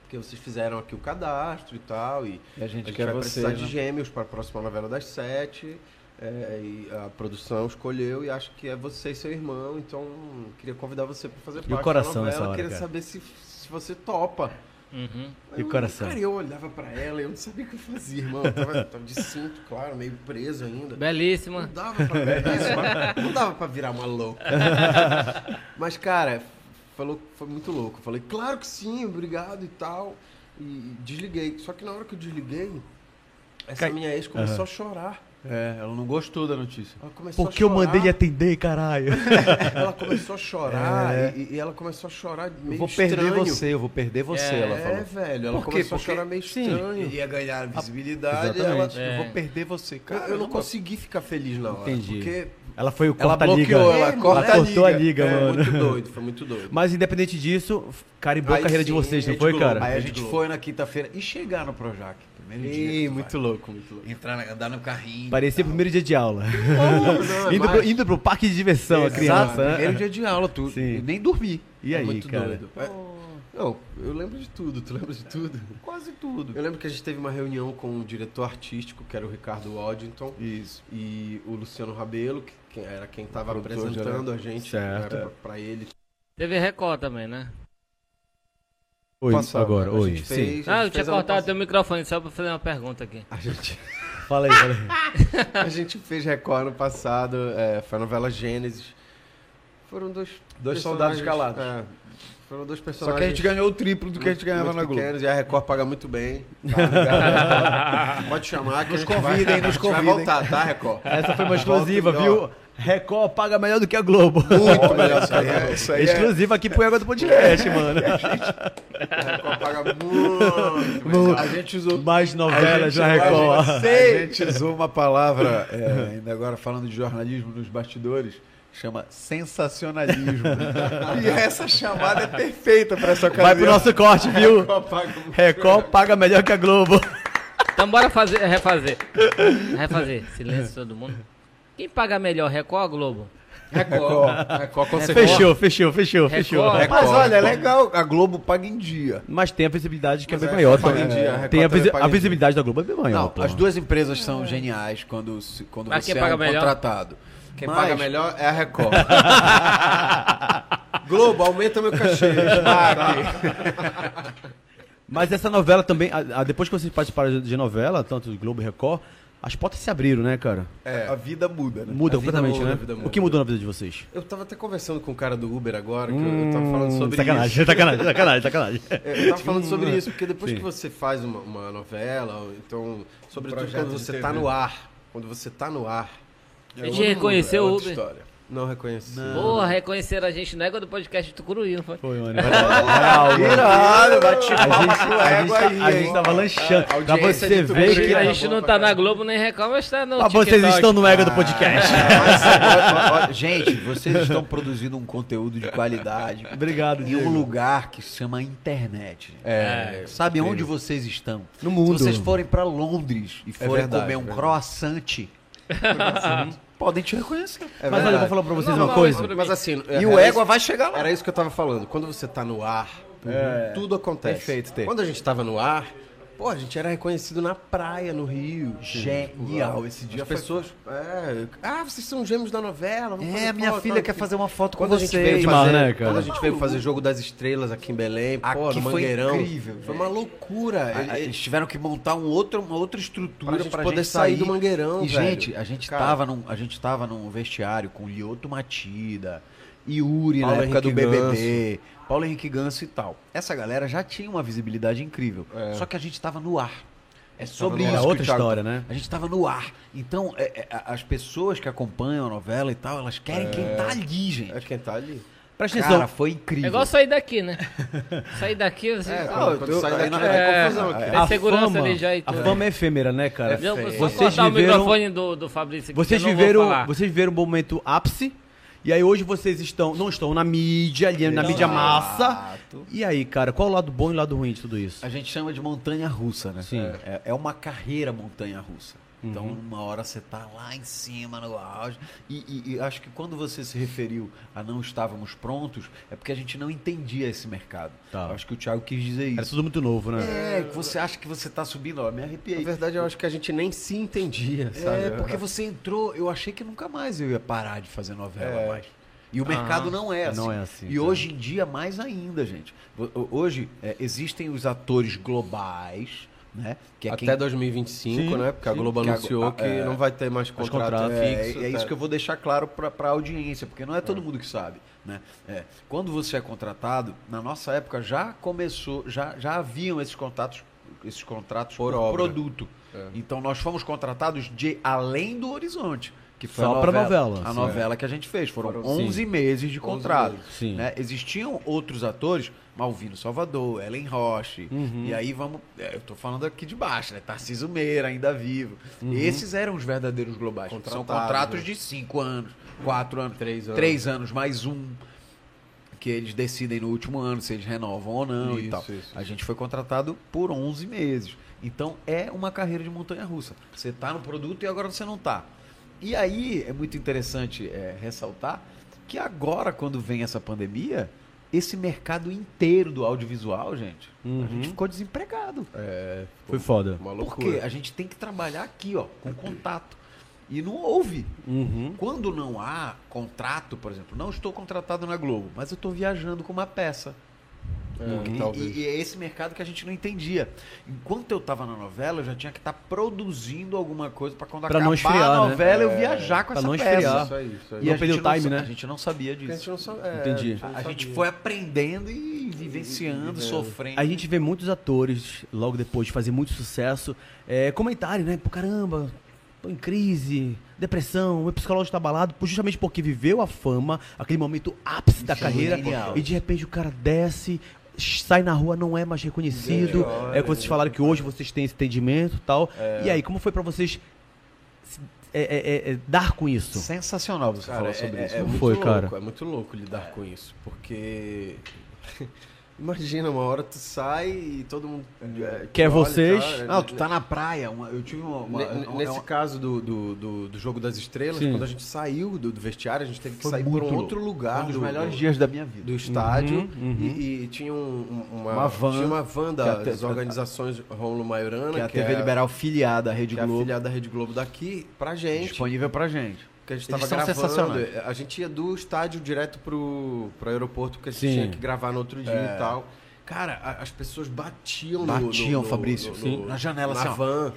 S3: porque vocês fizeram aqui o cadastro e tal, e
S4: E a gente
S3: a gente
S4: quer
S3: vai
S4: você.
S3: precisar
S4: Né?
S3: de gêmeos para a próxima novela das sete, é, e a produção escolheu e acho que é você e seu irmão, então queria convidar você para fazer parte
S1: coração
S3: da novela,
S1: nessa hora,
S3: queria
S1: cara?
S3: saber se, se você topa.
S2: Uhum.
S1: E o
S3: Eu-
S1: coração?
S3: Cara, eu olhava pra ela, eu não sabia o que eu fazia, irmão. Eu tava, tava de cinto, claro, meio preso ainda. Não
S2: Belíssima.
S3: dava pra isso, não dava pra virar uma louca. Mas, cara, falou, foi muito louco. Eu Falei, claro que sim, obrigado e tal. E desliguei. Só que na hora que eu desliguei, essa
S1: Cai-
S3: minha ex começou a chorar.
S4: É, ela não gostou da notícia.
S3: Ela começou
S1: Porque
S3: a
S1: eu
S3: chorar.
S1: mandei atender, caralho.
S3: Ela começou a chorar e, e ela começou a chorar meio
S7: É. Eu vou
S3: estranho.
S7: perder você, eu vou perder você, ela
S3: É,
S7: falou.
S3: velho, ela
S7: Por quê?
S3: começou
S7: Porque-
S3: a chorar meio
S7: Sim.
S3: estranho.
S4: Ia ganhar visibilidade.
S7: Exatamente.
S2: É.
S7: Eu vou perder você,
S3: Eu-
S7: cara.
S3: eu não consegui ficar feliz na hora.
S1: Entendi.
S3: Porque
S1: Ela foi o
S4: Ela
S1: corta-liga.
S4: bloqueou, ela
S1: Ela
S4: corta a
S1: cortou a liga,
S3: é,
S1: mano.
S3: muito doido, foi muito doido.
S1: Mas independente disso, carimbou a
S3: Aí
S1: carreira de
S3: sim,
S1: vocês, não
S3: Rede
S1: foi,
S3: Globo.
S1: cara?
S4: Aí a
S3: Rede
S4: gente
S3: Globo.
S4: foi na quinta-feira e chegar no Projac. Primeiro dia. que
S3: Ih,
S4: tu
S3: muito louco, muito louco.
S7: Entrar na- andar no
S3: é
S7: carrinho.
S1: Parecia o primeiro dia de aula.
S3: Não, é
S1: <laughs> indo, pro,
S3: mais-
S1: indo pro parque de diversão,
S4: vai.
S1: a criança.
S4: Exato,
S1: né?
S4: primeiro dia de aula, tu
S1: Sim.
S4: eu nem dormi.
S1: E
S3: é
S1: aí,
S3: muito
S1: cara?
S3: doido. É- Não, eu lembro de tudo, tu lembra de tudo?
S4: Quase tudo.
S3: <laughs> Eu lembro que a gente teve uma reunião com o diretor artístico, que era o Ricardo Waddington,
S4: Isso.
S3: e o Luciano Rabelo, que que era quem estava
S4: produtor
S3: apresentando a gente
S1: Certo.
S3: para ele.
S2: Teve Record também, né?
S1: Oi,
S3: Passava.
S1: agora,
S3: a
S1: oi.
S3: gente
S1: Sim.
S3: fez, a
S2: Ah,
S3: gente
S2: eu tinha
S3: fez ano
S2: cortado
S3: passado.
S2: teu microfone só pra fazer uma pergunta aqui.
S3: A gente,
S1: Fala aí, fala aí.
S3: a gente fez Record no passado, é, foi a novela Gênesis. Foram dois
S4: Dois
S3: personagens,
S4: soldados calados.
S3: é, foram dois
S4: Só
S3: personagens.
S4: que a gente ganhou o triplo do que a gente
S3: muito-
S4: ganhava
S3: muito
S4: na Globo.
S3: pequenos, e a Record paga muito bem. tá
S4: <laughs>
S3: ligado? Pode chamar que nos
S4: convidem, nos convidem.
S3: Vai voltar, tá, Record?
S1: <laughs> Essa foi uma
S3: Volta
S1: exclusiva,
S3: e, ó,
S1: viu? Record paga melhor do que a Globo.
S3: Muito melhor isso aí. é- Isso aí é,
S1: Exclusiva aqui pro Ego do Podcast, mano.
S3: a Record paga muito melhor. A gente usou
S1: Mais novelas na Record.
S4: A gente usou uma palavra, é, ainda agora falando de jornalismo nos bastidores, chama sensacionalismo. <laughs> e essa chamada é perfeita para essa
S1: Vai pro
S4: ocasião.
S1: nosso corte, viu?
S3: Record paga muito
S1: Record paga melhor que a Globo.
S2: Então bora fazer, refazer. Refazer. Silêncio todo mundo. Quem paga melhor, Record ou Globo?
S3: Record. Record com certeza.
S1: Fechou, fechou, fechou, fechou.
S2: Record.
S4: Mas olha, é legal, a Globo paga em dia.
S1: Mas tem a visibilidade que é
S3: Mas
S1: bem
S3: a
S1: maior
S3: Record paga
S1: também.
S3: em dia, a Record
S1: Tem a,
S3: também
S1: visi-
S3: paga
S1: a
S3: em dia.
S1: visibilidade da Globo é bem maior.
S4: Não,
S1: porra.
S4: as duas empresas são geniais quando, se- quando
S2: Mas
S4: você
S2: quem
S4: é
S2: paga
S4: um
S2: melhor?
S4: contratado.
S3: Quem
S4: Mas-
S3: paga melhor é a
S4: <laughs>
S3: Record.
S4: <laughs>
S3: Globo, aumenta meu cachê.
S1: Mas essa novela também, a- a- depois que vocês participaram de novela, tanto do Globo e Record, as portas se abriram, né, cara?
S8: A vida muda, né?
S1: Muda
S3: É. A vida
S1: completamente,
S3: muda, a vida
S1: né?
S3: muda.
S1: O que mudou na vida de vocês?
S3: Eu tava até conversando com o cara do Uber agora, que eu- eu tava falando sobre isso.
S1: Hum, sacanagem, sacanagem, sacanagem,
S3: <laughs>
S1: sacanagem.
S3: É, Eu tava falando sobre isso, porque depois
S1: Sim.
S3: que você faz uma, uma novela, ou então, sobretudo
S8: projeto
S3: quando
S8: de
S3: você
S8: TV.
S3: tá no ar, quando você tá no ar.
S2: A gente reconheceu
S3: é
S2: o
S3: outra
S2: Uber.
S3: história. Não reconheci.
S2: Porra, reconheceram a gente na égua do podcast do Curuí, não foi?
S1: Foi, mano. Real,
S3: Irado, bate
S1: A gente,
S3: papo
S1: a gente, tá,
S3: égua aí,
S1: a gente
S3: hein?
S1: tava lanchando.
S3: A
S1: pra
S3: audiência é
S1: você
S3: de
S1: ver
S3: Tupi.
S1: que.
S2: A
S3: era
S2: gente
S3: bom
S2: não
S3: pra
S2: tá na
S3: caralho.
S2: Globo nem Record, mas tá no
S1: Mas
S2: TikTok.
S1: vocês estão no ego do
S3: né? <laughs>
S1: podcast.
S4: Gente, vocês estão produzindo um conteúdo de <laughs> qualidade
S1: Obrigado,
S4: em um
S1: Diego.
S4: lugar que se chama internet.
S3: É,
S4: Sabe onde vocês estão?
S1: No mundo.
S4: Se vocês forem pra Londres e forem
S3: verdade,
S4: comer um
S3: verdade.
S4: <laughs> croissant, podem te reconhecer.
S3: é
S1: Mas olha, eu vou
S3: verdade.
S1: falar pra vocês
S2: Normal,
S1: uma coisa.
S2: isso
S3: Mas assim,
S4: E
S3: é-
S4: o
S3: era
S4: égua
S3: isso-
S4: vai chegar lá.
S3: Era isso que eu tava falando. Quando você tá no ar, tudo acontece.
S8: Perfeito, Tê.
S3: Quando a gente tava no ar, pô, a gente era reconhecido na praia, no Rio.
S4: Genial
S3: Esse dia As pessoas. é, ah, vocês são gêmeos da novela. vamos fazer
S4: É, minha
S3: foto,
S4: filha
S3: tal,
S4: quer
S3: que-
S4: fazer uma foto com
S3: Quando a gente
S4: vocês.
S3: veio
S1: Demais,
S3: fazer,
S1: né, cara?
S3: quando a gente veio fazer jogo das estrelas aqui em Belém,
S4: Aqui
S3: pô, no
S4: foi
S3: Mangueirão,
S4: incrível,
S3: foi uma loucura.
S4: A-
S3: Ele-
S4: a-
S3: ele-
S4: Eles tiveram que montar um outro, uma outra estrutura
S3: Pra
S4: pra
S3: gente
S4: gente
S3: poder sair do Mangueirão,
S4: E,
S3: velho.
S4: gente, a gente,
S3: Cara.
S4: tava num, a gente tava num vestiário com Lioto Matida, Yuri
S3: Paulo
S4: na época do
S3: Henrique
S4: BBB, Paulo Henrique Ganso e tal. Essa galera já tinha uma visibilidade incrível, só que a gente tava no ar. É sobre
S3: É. no ar.
S4: isso.
S1: Era
S4: que o
S1: outra
S4: Thiago- tá-
S1: história, né?
S4: A gente tava no ar. Então, é- é, a- as pessoas que acompanham a novela e tal, elas querem quem tá ali, gente.
S3: É quem tá ali.
S1: Presta atenção.
S4: Cara, foi
S2: É
S4: incrível.
S2: igual sair daqui, né? sair daqui, você.
S3: É,
S2: Ah,
S3: quando, quando
S4: eu-
S3: sai daqui,
S4: aí não-
S3: é
S2: é,
S3: confusão aqui.
S2: Tem segurança ali já e
S1: a
S2: tudo.
S1: fama é efêmera, né, cara?
S2: Não, só
S1: Vocês
S2: cortar o
S1: viveram,
S2: microfone do, do Fabrício aqui,
S1: vocês
S2: que eu não vou falar.
S1: viveram, vocês viveram um momento ápice. E aí hoje vocês estão, não estão na mídia, ali na mídia massa. E aí, cara, qual o lado bom e o lado ruim de tudo isso?
S4: A gente chama de montanha russa, né?
S1: Sim. Uhum.
S4: É, é uma carreira montanha russa. Então, uma hora você tá lá em cima, no auge. E, e- e acho que quando você se referiu a não estávamos prontos, é porque a gente não entendia esse mercado.
S1: Tá.
S4: Eu Acho que o Thiago quis dizer
S1: Era
S4: isso.
S1: tudo muito novo, né?
S4: É, que você acha que você tá subindo, ó, me
S3: Na
S4: arrepiei.
S3: verdade, eu acho que a gente nem se entendia, sabe?
S4: É, porque você entrou, eu achei que nunca mais eu ia parar de fazer novela mais. E o mercado não é assim.
S1: É. não é assim,
S4: E
S1: tá.
S4: hoje em dia, mais ainda, gente. Ho- ho- Hoje, é, existem os atores globais, né? Que é quem
S3: Até 2025, né? Porque a Globo
S4: que a-
S3: anunciou
S4: a-
S3: que
S4: é.
S3: não vai ter mais contrato,
S1: contratos,
S3: fixo. tá.
S4: É, e é isso que eu vou deixar claro pra pra audiência, porque não é todo mundo que sabe. Né? É, quando você é contratado, na nossa época já começou, já, já haviam esses contatos, esses contratos
S3: Por
S4: por,
S3: obra.
S4: produto. Então nós fomos contratados de além do horizonte. Que foi
S1: Só
S4: a
S1: pra
S4: novela,
S1: novela,
S4: A
S1: sim.
S4: novela que a gente fez. Foram, 11 meses de contrato.
S3: meses.
S1: Sim.
S4: né? Existiam outros atores, Malvino Salvador, Ellen Roche.
S3: Uhum.
S4: E aí vamos. é, Eu tô falando aqui de baixo, né? Tarciso Meira, ainda vivo. Esses eram os verdadeiros globais. São
S3: Uhum. Contratados,
S4: contratos
S3: né?
S4: de 5 anos, 4 anos,
S3: Três
S4: 3
S3: anos.
S4: anos. mais um. Que eles decidem no último ano se eles renovam ou não
S3: Isso,
S4: e tal.
S3: isso.
S4: A gente foi contratado por 11 meses. Então é uma carreira de montanha russa. Você tá no produto e agora você não tá. E aí é muito interessante é, ressaltar que agora, quando vem essa pandemia, esse mercado inteiro do audiovisual, gente, a
S3: Uhum.
S4: gente ficou desempregado.
S1: Foi foda.
S3: Uma
S4: Porque
S3: loucura.
S4: a gente tem que trabalhar aqui, ó, com contato. E não houve.
S1: Uhum.
S4: Quando não há contrato, por exemplo, não estou contratado na Globo, mas eu estou viajando com uma peça.
S3: É,
S4: E-
S3: talvez.
S4: e, e é esse mercado que a gente não entendia. Enquanto eu estava na novela, eu já tinha que estar produzindo alguma coisa para quando
S1: Pra
S4: acabar
S1: não esfriar,
S4: a
S1: né?
S4: novela
S3: É.
S4: eu viajar com
S1: pra
S4: essa
S1: não
S4: peça.
S1: esfriar.
S3: Isso aí, isso aí.
S4: E
S1: Não
S4: a gente,
S1: perder o
S4: não,
S1: time,
S4: sa-
S1: né?
S4: a gente não sabia
S3: Ah. Porque a gente
S4: disso.
S3: não sabe. é,
S1: Entendi.
S3: não
S4: A gente
S3: sabia.
S4: foi aprendendo e vivenciando, sofrendo.
S1: A gente vê muitos atores, logo depois de fazer muito sucesso, é, comentário, né? Pô, caramba, tô em crise, depressão, o meu psicológico tá abalado, pô, justamente porque viveu a fama, aquele momento ápice da carreira,
S4: genial.
S1: e de repente o cara desce, sai na rua, não é mais reconhecido. É que
S3: né?
S1: vocês falaram que hoje vocês têm esse entendimento e tal.
S3: É.
S1: E aí, como foi pra vocês se- é, é, é, é, dar com isso?
S4: Sensacional você
S3: Cara,
S4: falar
S3: é-
S4: sobre
S3: é,
S4: isso. né?
S3: é
S1: Como
S3: muito
S1: foi,
S3: louco,
S1: cara?
S3: É muito louco lidar com isso, porque <laughs> imagina uma hora tu sai e todo mundo é,
S1: Quer
S3: te olha e
S1: vocês?
S3: tal, é,
S4: Não, tu tá na praia. uma- eu tive uma. é uma- um,
S3: Ne- ne-
S4: uma-
S3: Nesse
S4: uma-
S3: caso do, do, do, do Jogo das Estrelas,
S1: Sim.
S3: quando a gente saiu do, do vestiário, a gente teve que
S1: Foi
S3: sair para
S1: muito
S3: um
S1: louco.
S3: outro lugar
S4: um dos
S3: do,
S4: melhores
S3: do,
S4: dias da minha vida.
S3: do estádio
S1: Uhum,
S3: E, e tinha um- um- uma,
S4: Uma van.
S3: tinha uma van
S4: Que a
S3: das
S4: te-
S3: organizações Romulo Maiorana,
S4: que é a TV Liberal filiada à Rede
S3: que é a
S4: Globo.
S3: afiliada da Rede Globo daqui, pra gente.
S4: disponível pra gente.
S3: Porque a gente
S4: Eles
S3: tava
S4: são
S3: gravando.
S4: sensacionais.
S3: A gente ia do estádio direto pro, pro aeroporto, porque a gente
S1: Sim.
S4: É.
S3: tinha que gravar no outro dia e tal. Cara, a- as pessoas batiam, no-
S4: Batiam,
S3: no,
S4: Fabrício. Sim.
S3: na janela,
S4: Na
S3: assim, ó.
S4: van.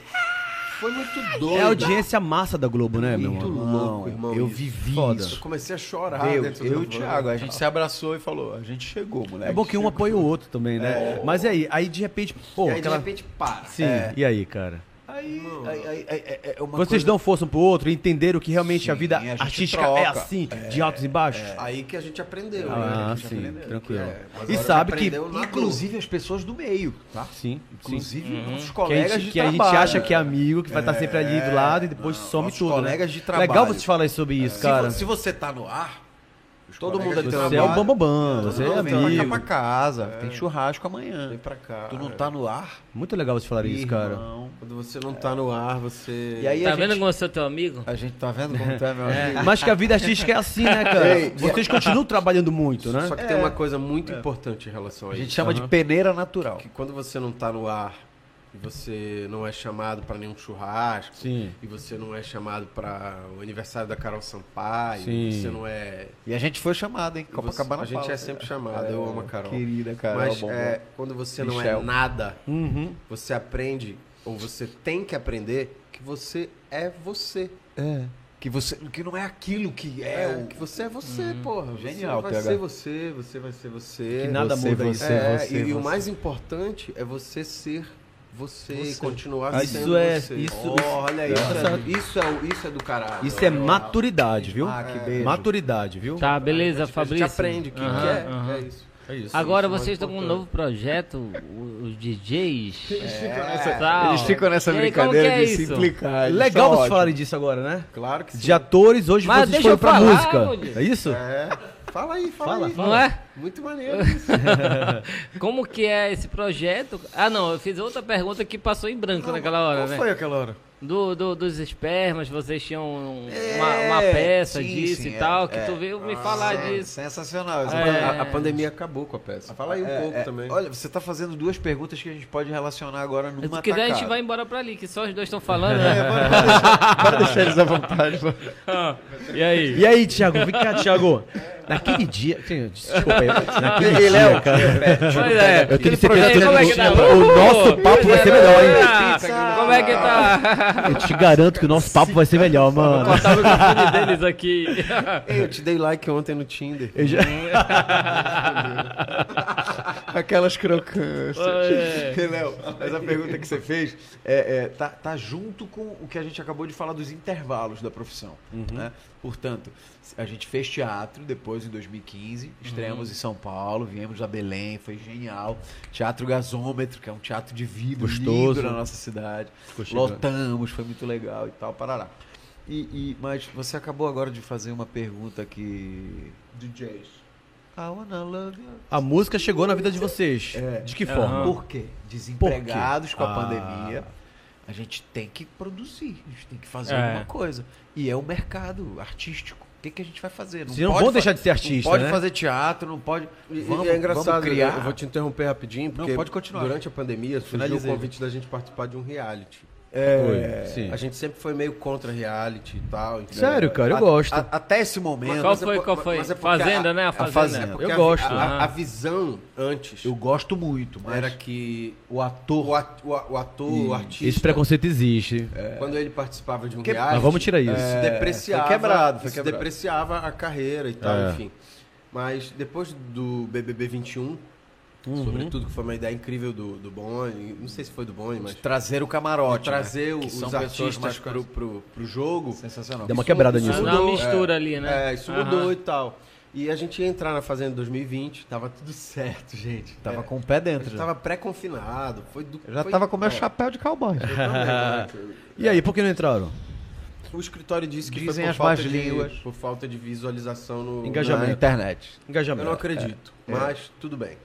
S3: Foi muito
S1: É
S3: doido.
S1: a audiência massa da Globo, né, meu
S3: Muito
S1: irmão?
S3: louco, irmão.
S4: eu
S3: isso.
S4: vivi
S1: Foda.
S4: isso.
S3: Eu comecei a chorar
S4: Eu,
S3: dentro
S4: eu
S3: da
S4: e o
S3: van.
S4: Thiago, a gente se abraçou e falou, a gente chegou, moleque.
S1: É bom que um apoia o outro também, né? Mas e aí, aí de repente, pô,
S3: É. E aí,
S1: aquela...
S3: de repente, para.
S1: Sim, e aí, cara?
S4: Aí, aí- aí- aí- é- é uma
S1: Vocês
S4: coisa-
S1: dão força um pro outro e entenderam que realmente a vida
S4: a gente
S1: artística
S4: troca. é.
S1: é assim, de altos e baixos?
S3: Aí que a gente aprendeu. né?
S1: Ah,
S3: A gente
S1: sim,
S3: aprendeu.
S1: tranquilo.
S3: É, mas
S1: e
S3: agora
S1: sabe que,
S3: aprendeu na
S4: Inclusive as pessoas do meio, tá?
S1: um sim, sim.
S4: Inclusive os
S1: Que a,
S4: colegas
S1: gente,
S4: de
S1: que a gente
S4: trabalho.
S1: acha que é amigo, que vai estar sempre ali do lado e depois some
S4: nossos
S1: tudo. né?
S4: colegas de
S1: Legal
S4: trabalho. É.
S1: vocês falarem sobre isso,
S4: Se
S1: cara.
S4: vo- Se, você tá no ar,
S3: todo mundo
S4: colegas
S3: ali
S4: de
S1: Você
S3: trabalha.
S1: é o
S4: trabalho.
S1: bambambam, você é
S4: todo mundo vai tá pra
S1: amigo.
S4: casa, tem churrasco amanhã.
S3: Vem pra cá.
S4: Tu não tá no ar,
S1: Muito legal vocês falarem isso, cara.
S4: irmão.
S3: Quando você não tá no ar, você.
S4: E aí
S2: tá
S4: a,
S2: vendo
S4: gente,
S2: como eu sou teu amigo?
S4: a gente tá vendo como tu é, meu amigo?
S1: Mas que a vida artística é assim, né, cara?
S4: Ei, <laughs>
S1: Vocês continuam trabalhando muito, né?
S3: Só que tem uma coisa muito importante em relação a,
S4: A gente
S3: isso.
S4: chama de peneira natural.
S3: Que quando você não tá no ar e você não é chamado pra nenhum churrasco,
S1: Sim.
S3: e você não é chamado pra o aniversário da Carol Sampaio,
S1: Sim.
S3: você não é.
S4: E a gente foi chamado, hein?
S3: você-
S4: Copacabana assim,
S3: a gente
S4: Palace.
S3: é sempre chamado, eu amo a Carol.
S4: Querida, Carol.
S3: Mas
S4: bom,
S3: é,
S4: bom.
S3: quando você não
S4: Michel.
S3: é nada,
S1: Uhum.
S3: você aprende, ou você tem que aprender, que você é você.
S4: Que, você, que não é aquilo que é,
S3: É,
S4: o...
S3: que você é você, porra.
S4: Genial,
S3: você vai
S4: TH.
S3: ser você, você vai ser você.
S1: Que nada
S4: Você,
S1: muda
S4: você,
S1: isso.
S3: é,
S4: você,
S3: e, e o
S4: você.
S3: mais importante é você ser você, e continuar
S1: Ah, isso
S3: sendo
S1: é-
S3: você.
S1: isso-
S3: Oh,
S1: isso-
S3: olha isso, é, isso é o- isso é do caralho.
S1: Isso é
S3: Olha,
S1: maturidade, viu?
S4: Ah, que beijo.
S1: Maturidade, viu?
S2: Tá, beleza,
S3: A gente
S2: Fabrício.
S3: aprende o que,
S2: Aham,
S3: que é,
S2: aham.
S3: é isso.
S2: Agora
S3: isso é
S2: vocês estão com um
S3: importante.
S2: novo projeto, o- os DJs.
S3: É.
S4: Essa-
S2: tal.
S4: Eles ficam nessa
S2: E aí,
S4: brincadeira
S2: como que é
S4: de se
S2: isso?
S4: implicar.
S3: Ah,
S4: eles
S1: Legal
S4: são
S1: vocês
S4: ótimos.
S1: falarem disso agora, né?
S3: Claro que sim.
S1: De atores, hoje vocês
S2: Mas deixa
S1: foram
S2: eu
S1: pra
S2: falar,
S1: música.
S2: Rudy.
S1: É isso?
S3: É. Fala aí, fala,
S1: Fala,
S3: aí.
S2: Não é?
S3: Muito maneiro isso.
S2: Como que é esse projeto? Ah, não, eu fiz outra pergunta que passou em branco naquela hora, né?
S4: Foi aquela hora.
S2: Do, do- dos espermas, vocês tinham um- uma, uma peça
S4: sim,
S2: disso
S4: sim,
S2: e
S4: é,
S2: tal,
S4: é.
S2: que tu veio me falar
S3: É.
S2: disso.
S4: Sensacional. essa
S2: É.
S3: A, a pandemia acabou com a peça. Fala aí um
S4: É,
S3: pouco
S4: é,
S3: também.
S4: Olha, você tá fazendo duas perguntas que a gente pode relacionar agora numa
S2: Se quiser, a gente
S4: tacada. É,
S2: vai embora pra ali, que só os dois estão falando, <laughs>
S4: <laughs>
S2: né?
S4: Para deixar eles à vontade.
S2: e aí?
S1: E aí, Thiago? Vem cá, Thiago. Naquele dia. Desculpa aí. Naquele dia, cara.
S2: Pois é.
S1: Eu tenho
S2: E aí,
S1: certeza
S2: como é que
S1: que
S2: tá?
S1: o nosso papo vai ser melhor, hein?
S2: hein? Como é que tá?
S1: Eu te garanto que o nosso papo vai ser melhor, mano.
S2: Cortar o microfone deles <laughs> aqui.
S3: Ei, eu te dei like ontem no Tinder.
S1: Eu já-
S4: Aquelas crocâncias.
S2: É.
S4: Ei, <laughs> Léo, mas a pergunta que você fez é, é, tá, tá junto com o que a gente acabou de falar dos intervalos da profissão.
S1: Uhum.
S4: né? Portanto, a gente fez teatro depois em 2015,
S1: Uhum.
S4: estreamos em São Paulo, viemos a Belém, foi genial. Teatro Gasômetro, que é um teatro de vidro
S1: Gostoso.
S4: lindo na nossa cidade.
S1: chegando.
S4: Lotamos, foi muito legal e tal, parará. E, e- mas você acabou agora de fazer uma pergunta que. DJs. I wanna love you.
S1: A música chegou na vida de vocês. De que forma?
S4: Por quê? Desempregados com a pandemia, a gente tem que produzir, a gente tem que fazer
S2: É.
S4: alguma coisa. E é o mercado artístico. O que, que a gente vai fazer?
S1: Vocês não
S4: pode
S1: vão
S4: fa-
S1: deixar de ser artista,
S4: Não pode
S1: né?
S4: fazer teatro, não pode.
S3: E, e
S4: Vamos,
S3: é engraçado,
S4: vamos criar.
S3: eu vou te interromper rapidinho, porque
S4: pode continuar.
S3: durante a pandemia surgiu
S4: Finalizei.
S3: o convite da gente participar de um reality.
S1: Foi, sim.
S3: É, A gente sempre foi meio contra reality e tal. entendeu?
S1: Sério, cara, eu gosto.
S4: A- até esse momento.
S2: Qual
S3: Mas é
S2: foi?
S3: por-
S2: Qual foi?
S3: mas é porque
S2: Fazenda, né? A
S3: A
S2: Fazenda.
S3: fazenda.
S1: Eu gosto.
S3: A, a-
S2: Ah.
S3: a visão antes
S4: Eu gosto muito, mas
S3: era que
S4: o ator.
S3: o, at- o, a- o ator, é o artista, É.
S1: Esse preconceito existe.
S3: quando ele participava de um reality,
S1: Mas vamos tirar isso.
S3: se depreciava,
S4: foi quebrado, foi
S3: se
S4: quebrado.
S3: depreciava a carreira e tal,
S1: É.
S3: enfim. Mas depois do BBB 21, sobretudo que foi uma ideia incrível do, do Boni, não sei se foi do Boni, mas
S4: Trazer o camarote.
S3: trazer
S4: né? Que
S3: os
S4: são pessoas
S3: artistas
S4: mais
S3: pro, pro, pro jogo.
S4: Sensacional.
S1: Deu uma quebrada
S3: isso
S1: nisso.
S2: Dá uma
S3: mudou,
S2: mistura ali, né?
S3: É, isso
S2: Aham.
S3: mudou e tal. E a gente ia entrar na Fazenda em 2020, tava tudo certo, gente.
S1: Tá
S4: Tava com o pé
S3: A
S4: dentro.
S3: gente
S4: já.
S3: tava pré-confinado, foi do.
S4: Eu já
S3: foi-
S4: tava com o meu
S3: é,
S4: chapéu de cowboy.
S3: eu
S1: <laughs>
S3: também, né?
S1: E aí, por que não entraram?
S3: O escritório disse que foi
S4: Dizem
S3: por
S4: as
S3: falta,
S4: más línguas.
S3: de, por falta de visualização no.
S1: Engajamento.
S4: Na internet.
S3: Eu não
S1: Engajamento.
S3: acredito, mas tudo bem.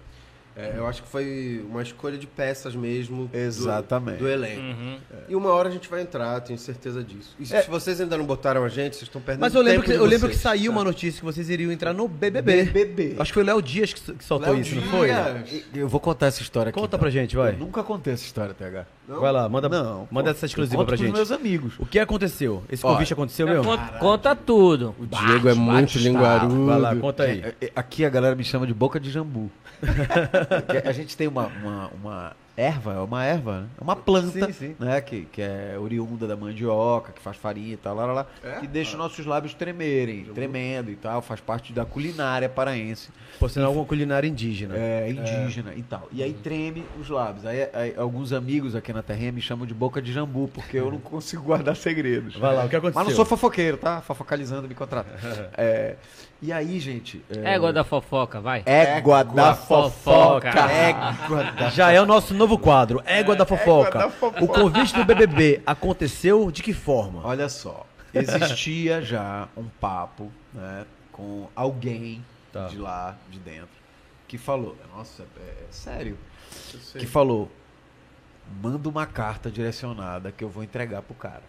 S3: É, eu acho que foi uma escolha de peças mesmo. do-
S4: Exatamente.
S3: Do, elenco.
S2: Uhum.
S3: E uma hora a gente vai entrar, tenho certeza disso. E se vocês ainda não botaram a gente, vocês estão perdendo
S1: É. Mas eu lembro, que,
S3: tempo de
S1: eu lembro que
S3: vocês.
S1: saiu uma notícia que vocês iriam entrar no BBB.
S4: BBB.
S1: Acho que foi o Léo Dias que, s- que soltou
S3: Léo
S1: isso, não
S3: Dias.
S1: foi?
S3: É.
S4: né? Eu vou contar essa história aqui.
S1: Conta
S4: então.
S1: pra gente, vai.
S4: Eu nunca contei essa história, TH.
S9: Vai lá, manda,
S4: Não,
S9: manda
S4: pô,
S9: essa
S4: eu
S9: exclusiva
S4: conto
S9: pra
S4: pros
S9: gente.
S4: meus amigos.
S9: O que aconteceu? Esse
S4: Ó,
S9: convite aconteceu
S2: É,
S9: mesmo?
S2: conta, conta tudo.
S3: O Diego é muito linguarudo.
S9: Vai lá, conta aí.
S4: É, é, Aqui a galera me chama de boca
S9: <laughs>
S4: de jambu. Porque a gente tem uma, uma, uma erva, é uma erva, né? É uma planta, né? Que, que é oriunda da mandioca, que faz farinha e tal, lá, lá, lá,
S9: É?
S4: que
S9: Ah.
S4: deixa os nossos lábios tremerem, tremendo e tal, faz parte da culinária paraense.
S9: Por sinal, alguma culinária indígena.
S4: É, indígena e tal. E aí
S9: Uhum.
S4: treme os lábios. Aí, aí alguns amigos aqui na terrinha me chamam de boca de jambu, porque eu não consigo guardar segredos.
S9: Vai lá, o que aconteceu?
S4: Mas não sou fofoqueiro, tá? Fofocalizando, me contrata. É, e aí, gente.
S2: É igual da fofoca, vai.
S1: É
S2: É
S4: Égua da
S2: fofoca.
S4: Égua da <laughs>
S9: Já é o nosso novo quadro,
S4: É,
S9: Égua da Fofoca. O convite do BBB aconteceu de que forma?
S4: Olha só, existia já um papo, né, com alguém
S9: Tá.
S4: de lá, de dentro, que falou, nossa, é, é sério, que falou, manda uma carta direcionada que eu vou entregar pro cara.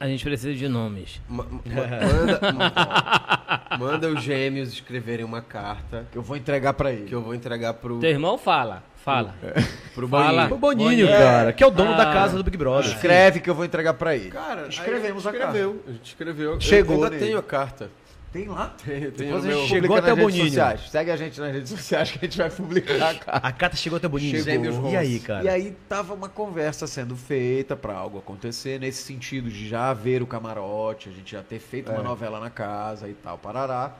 S2: A gente precisa de nomes.
S3: Ma- ma- manda, ma- manda os gêmeos escreverem uma carta
S4: Que eu vou entregar pra ele.
S3: que eu vou entregar pro,
S2: Teu irmão fala, fala.
S4: É.
S3: pro
S2: Fala.
S3: Boninho.
S9: O Boninho, cara, que é o dono da casa do Big Brother.
S4: Escreve que eu vou entregar pra ele.
S3: Cara,
S4: Escrevemos
S3: a
S4: a carta.
S3: escreveu, a gente escreveu.
S4: Chegou
S3: Eu ainda
S4: nele.
S3: tenho a carta.
S4: Tem lá?
S3: Tenho, tenho
S4: Depois
S3: no
S4: a gente
S3: meu.
S4: publica
S9: Chegou
S4: nas
S9: até o
S4: redes
S9: Boninho.
S4: sociais. Segue a gente nas redes sociais que a gente vai publicar a carta.
S9: A carta chegou até o Boninho.
S4: Chegou.
S9: E aí, cara?
S4: E aí tava uma conversa sendo feita pra algo acontecer, nesse sentido de já haver o camarote, a gente já ter feito uma novela na casa e tal, parará.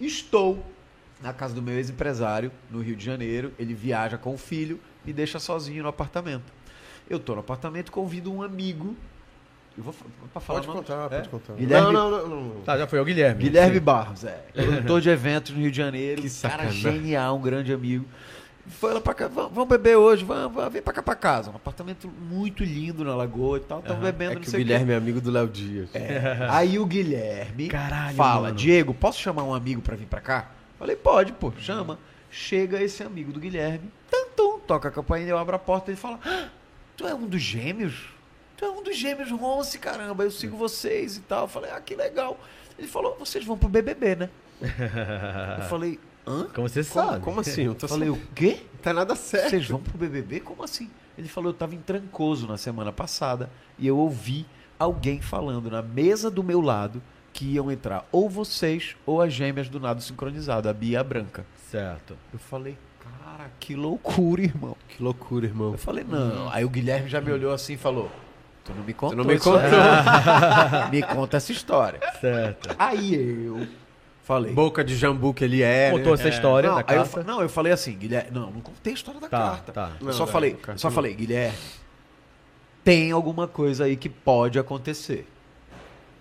S4: Estou na casa do meu ex-empresário, no Rio de Janeiro, ele viaja com o filho, me deixa sozinho no apartamento. Eu tô no apartamento, convido um amigo, eu vou fa- pra falar
S3: Pode
S4: o nome-
S3: contar, pode contar.
S4: Guilherme-
S3: Não, não, não. não.
S9: Tá, já foi, é o Guilherme.
S4: Guilherme Barros, é. Produtor de eventos no Rio de Janeiro. Que cara
S3: sacanagem.
S4: genial, um grande amigo. Foi lá pra cá, vamos, vamos beber hoje, vamos, vamos, vem pra cá pra casa. Um apartamento muito lindo na lagoa e tal, tamo bebendo,
S3: É
S4: não
S3: que o
S4: sei o quê.
S3: Guilherme é amigo do Léo Dias.
S4: <laughs> Aí o Guilherme
S9: É. Caralho,
S4: fala,
S9: mano.
S4: Diego, posso chamar um amigo pra vir pra cá? Falei, pode, pô,
S9: Uhum.
S4: chama. Chega esse amigo do Guilherme, tantum, toca a campainha, eu abro a porta e ele fala, "Ah, tu é um dos gêmeos? Tu é um dos gêmeos Ronce, caramba, eu sigo vocês e tal. Eu falei, ah, que legal. Ele falou, vocês vão pro
S9: <laughs>
S4: BBB, né? Eu falei, hã?
S9: Como você
S3: Como,
S9: sabe.
S3: como assim? Eu tô
S9: Então
S4: Eu falei, o quê?
S3: sabendo. tá nada certo.
S4: Vocês vão pro BBB? Como assim? Ele falou, eu tava em Trancoso na semana passada e eu ouvi alguém falando na mesa do meu lado que iam entrar ou vocês ou as gêmeas do nado sincronizado, a Bia e a Branca.
S9: Certo.
S4: Eu falei, cara, que loucura, irmão.
S3: Que loucura, irmão.
S4: Eu falei, não. Aí o Guilherme já me olhou assim e falou, Hum. tu não me contou
S3: não me
S4: isso aí. <laughs> me conta essa história.
S9: Certo.
S4: Aí eu falei...
S3: Boca de jambu que ele é.
S9: Contou
S3: né?
S9: essa história
S4: não,
S9: da
S4: aí eu,
S9: carta.
S4: fa- não, eu falei assim, Guilherme. Não, não contei a história da
S9: Tá,
S4: carta.
S9: tá.
S4: Eu
S3: Não,
S4: só
S3: não,
S4: falei,
S3: não, carta
S4: só
S3: não.
S4: falei, Guilherme, tem alguma coisa aí que pode acontecer.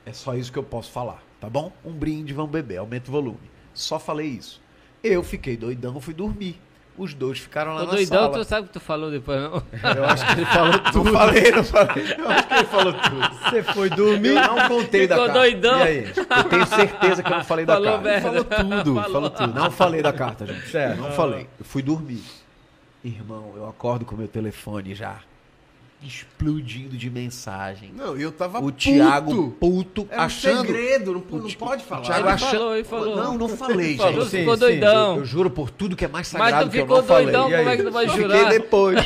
S4: É só isso que eu posso falar, tá bom? Um brinde, vamos beber, aumenta o volume. Só falei isso. Eu fiquei doidão, fui dormir. Os dois ficaram lá
S2: Tô
S4: na
S2: doidão,
S4: sala.
S2: tu sabe o que tu falou depois, não?
S4: Eu acho que ele falou tudo. <laughs> Não falei, não falei. Eu acho que ele falou tudo.
S9: Você foi dormir.
S4: Eu não contei da
S2: Ficou
S4: carta.
S2: doidão.
S4: E aí? Eu tenho certeza que eu não falei da
S2: Falou
S4: carta.
S2: merda.
S4: Falou tudo, falou. tudo. Não falei da
S2: <laughs>
S4: carta, gente.
S9: Certo.
S4: Não falei. Eu fui dormir. Irmão, eu acordo com meu telefone já explodindo de mensagem.
S3: Não, e eu tava
S4: O
S3: puto.
S4: Thiago puto
S3: É um
S4: achando
S3: segredo, não, não pode falar.
S4: o Thiago
S2: Ele
S4: acha-
S2: falou, ele falou.
S4: Não, não falei,
S2: Falou,
S4: gente.
S2: tu ficou
S9: sim,
S2: doidão.
S4: Eu juro por tudo que é mais
S2: Mas
S4: sagrado
S2: tu
S4: que eu
S2: ficou
S4: não falei.
S2: doidão,
S9: E aí?
S2: como é que tu vai
S4: Fiquei
S2: jurar? <laughs>
S4: depois.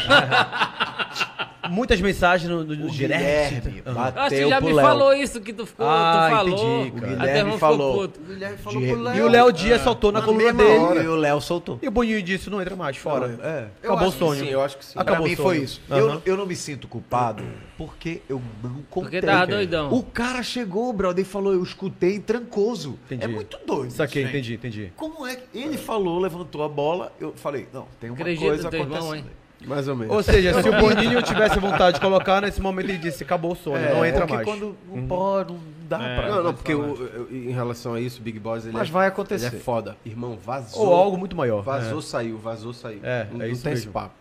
S9: Muitas mensagens no, no, no
S4: O
S9: direct.
S4: Guilherme
S2: Ah, tu
S4: bateu
S2: já
S4: pro
S2: me
S4: Léo.
S2: falou isso que tu ficou,
S9: Ah,
S2: tu falou.
S9: entendi,
S2: Aí
S4: cara. O
S2: teu
S4: Guilherme
S2: irmão ficou
S4: falou.
S2: um puto.
S3: O Guilherme falou
S4: Diego.
S3: pro
S9: E o Léo Dias
S3: Ah.
S9: soltou na
S3: Na
S9: coluna
S3: mesma
S9: dele.
S3: hora.
S4: E o Léo soltou.
S9: E o Boninho disse, não entra mais, fora.
S4: É.
S3: Eu
S9: Acabou o
S3: acho que
S9: sonho.
S3: Sim, eu acho que sim.
S9: Acabou
S4: Ah, pra mim
S9: o sonho.
S4: foi isso.
S9: Aham.
S4: Eu, eu não me sinto culpado porque eu não contei.
S2: Porque tava
S4: cara.
S2: doidão.
S4: O cara chegou, brother, e falou, eu escutei trancoso.
S9: Entendi.
S4: É muito doido.
S9: Saquei,
S4: isso,
S9: entendi,
S4: gente.
S9: entendi.
S4: Como é que... Ele falou, levantou a bola, eu falei, não, tem uma
S2: Acredito
S4: coisa
S2: no teu irmão,
S4: acontecendo.
S2: hein?
S3: Mais ou menos.
S9: Ou seja, se o Boninho tivesse vontade de colocar, nesse momento ele disse, acabou o sono,
S4: É,
S9: não entra mais.
S4: porque quando não pode, não dá pra...
S3: Não, não, porque o- eu- em relação a isso, o Big Boss, ele
S4: Mas
S3: é,
S4: vai acontecer.
S3: ele é foda. Irmão, vazou.
S9: Ou algo muito maior.
S3: Vazou, saiu, vazou, saiu.
S9: É,
S3: não
S9: é
S3: não
S9: isso
S3: tem esse
S9: mesmo.
S3: papo.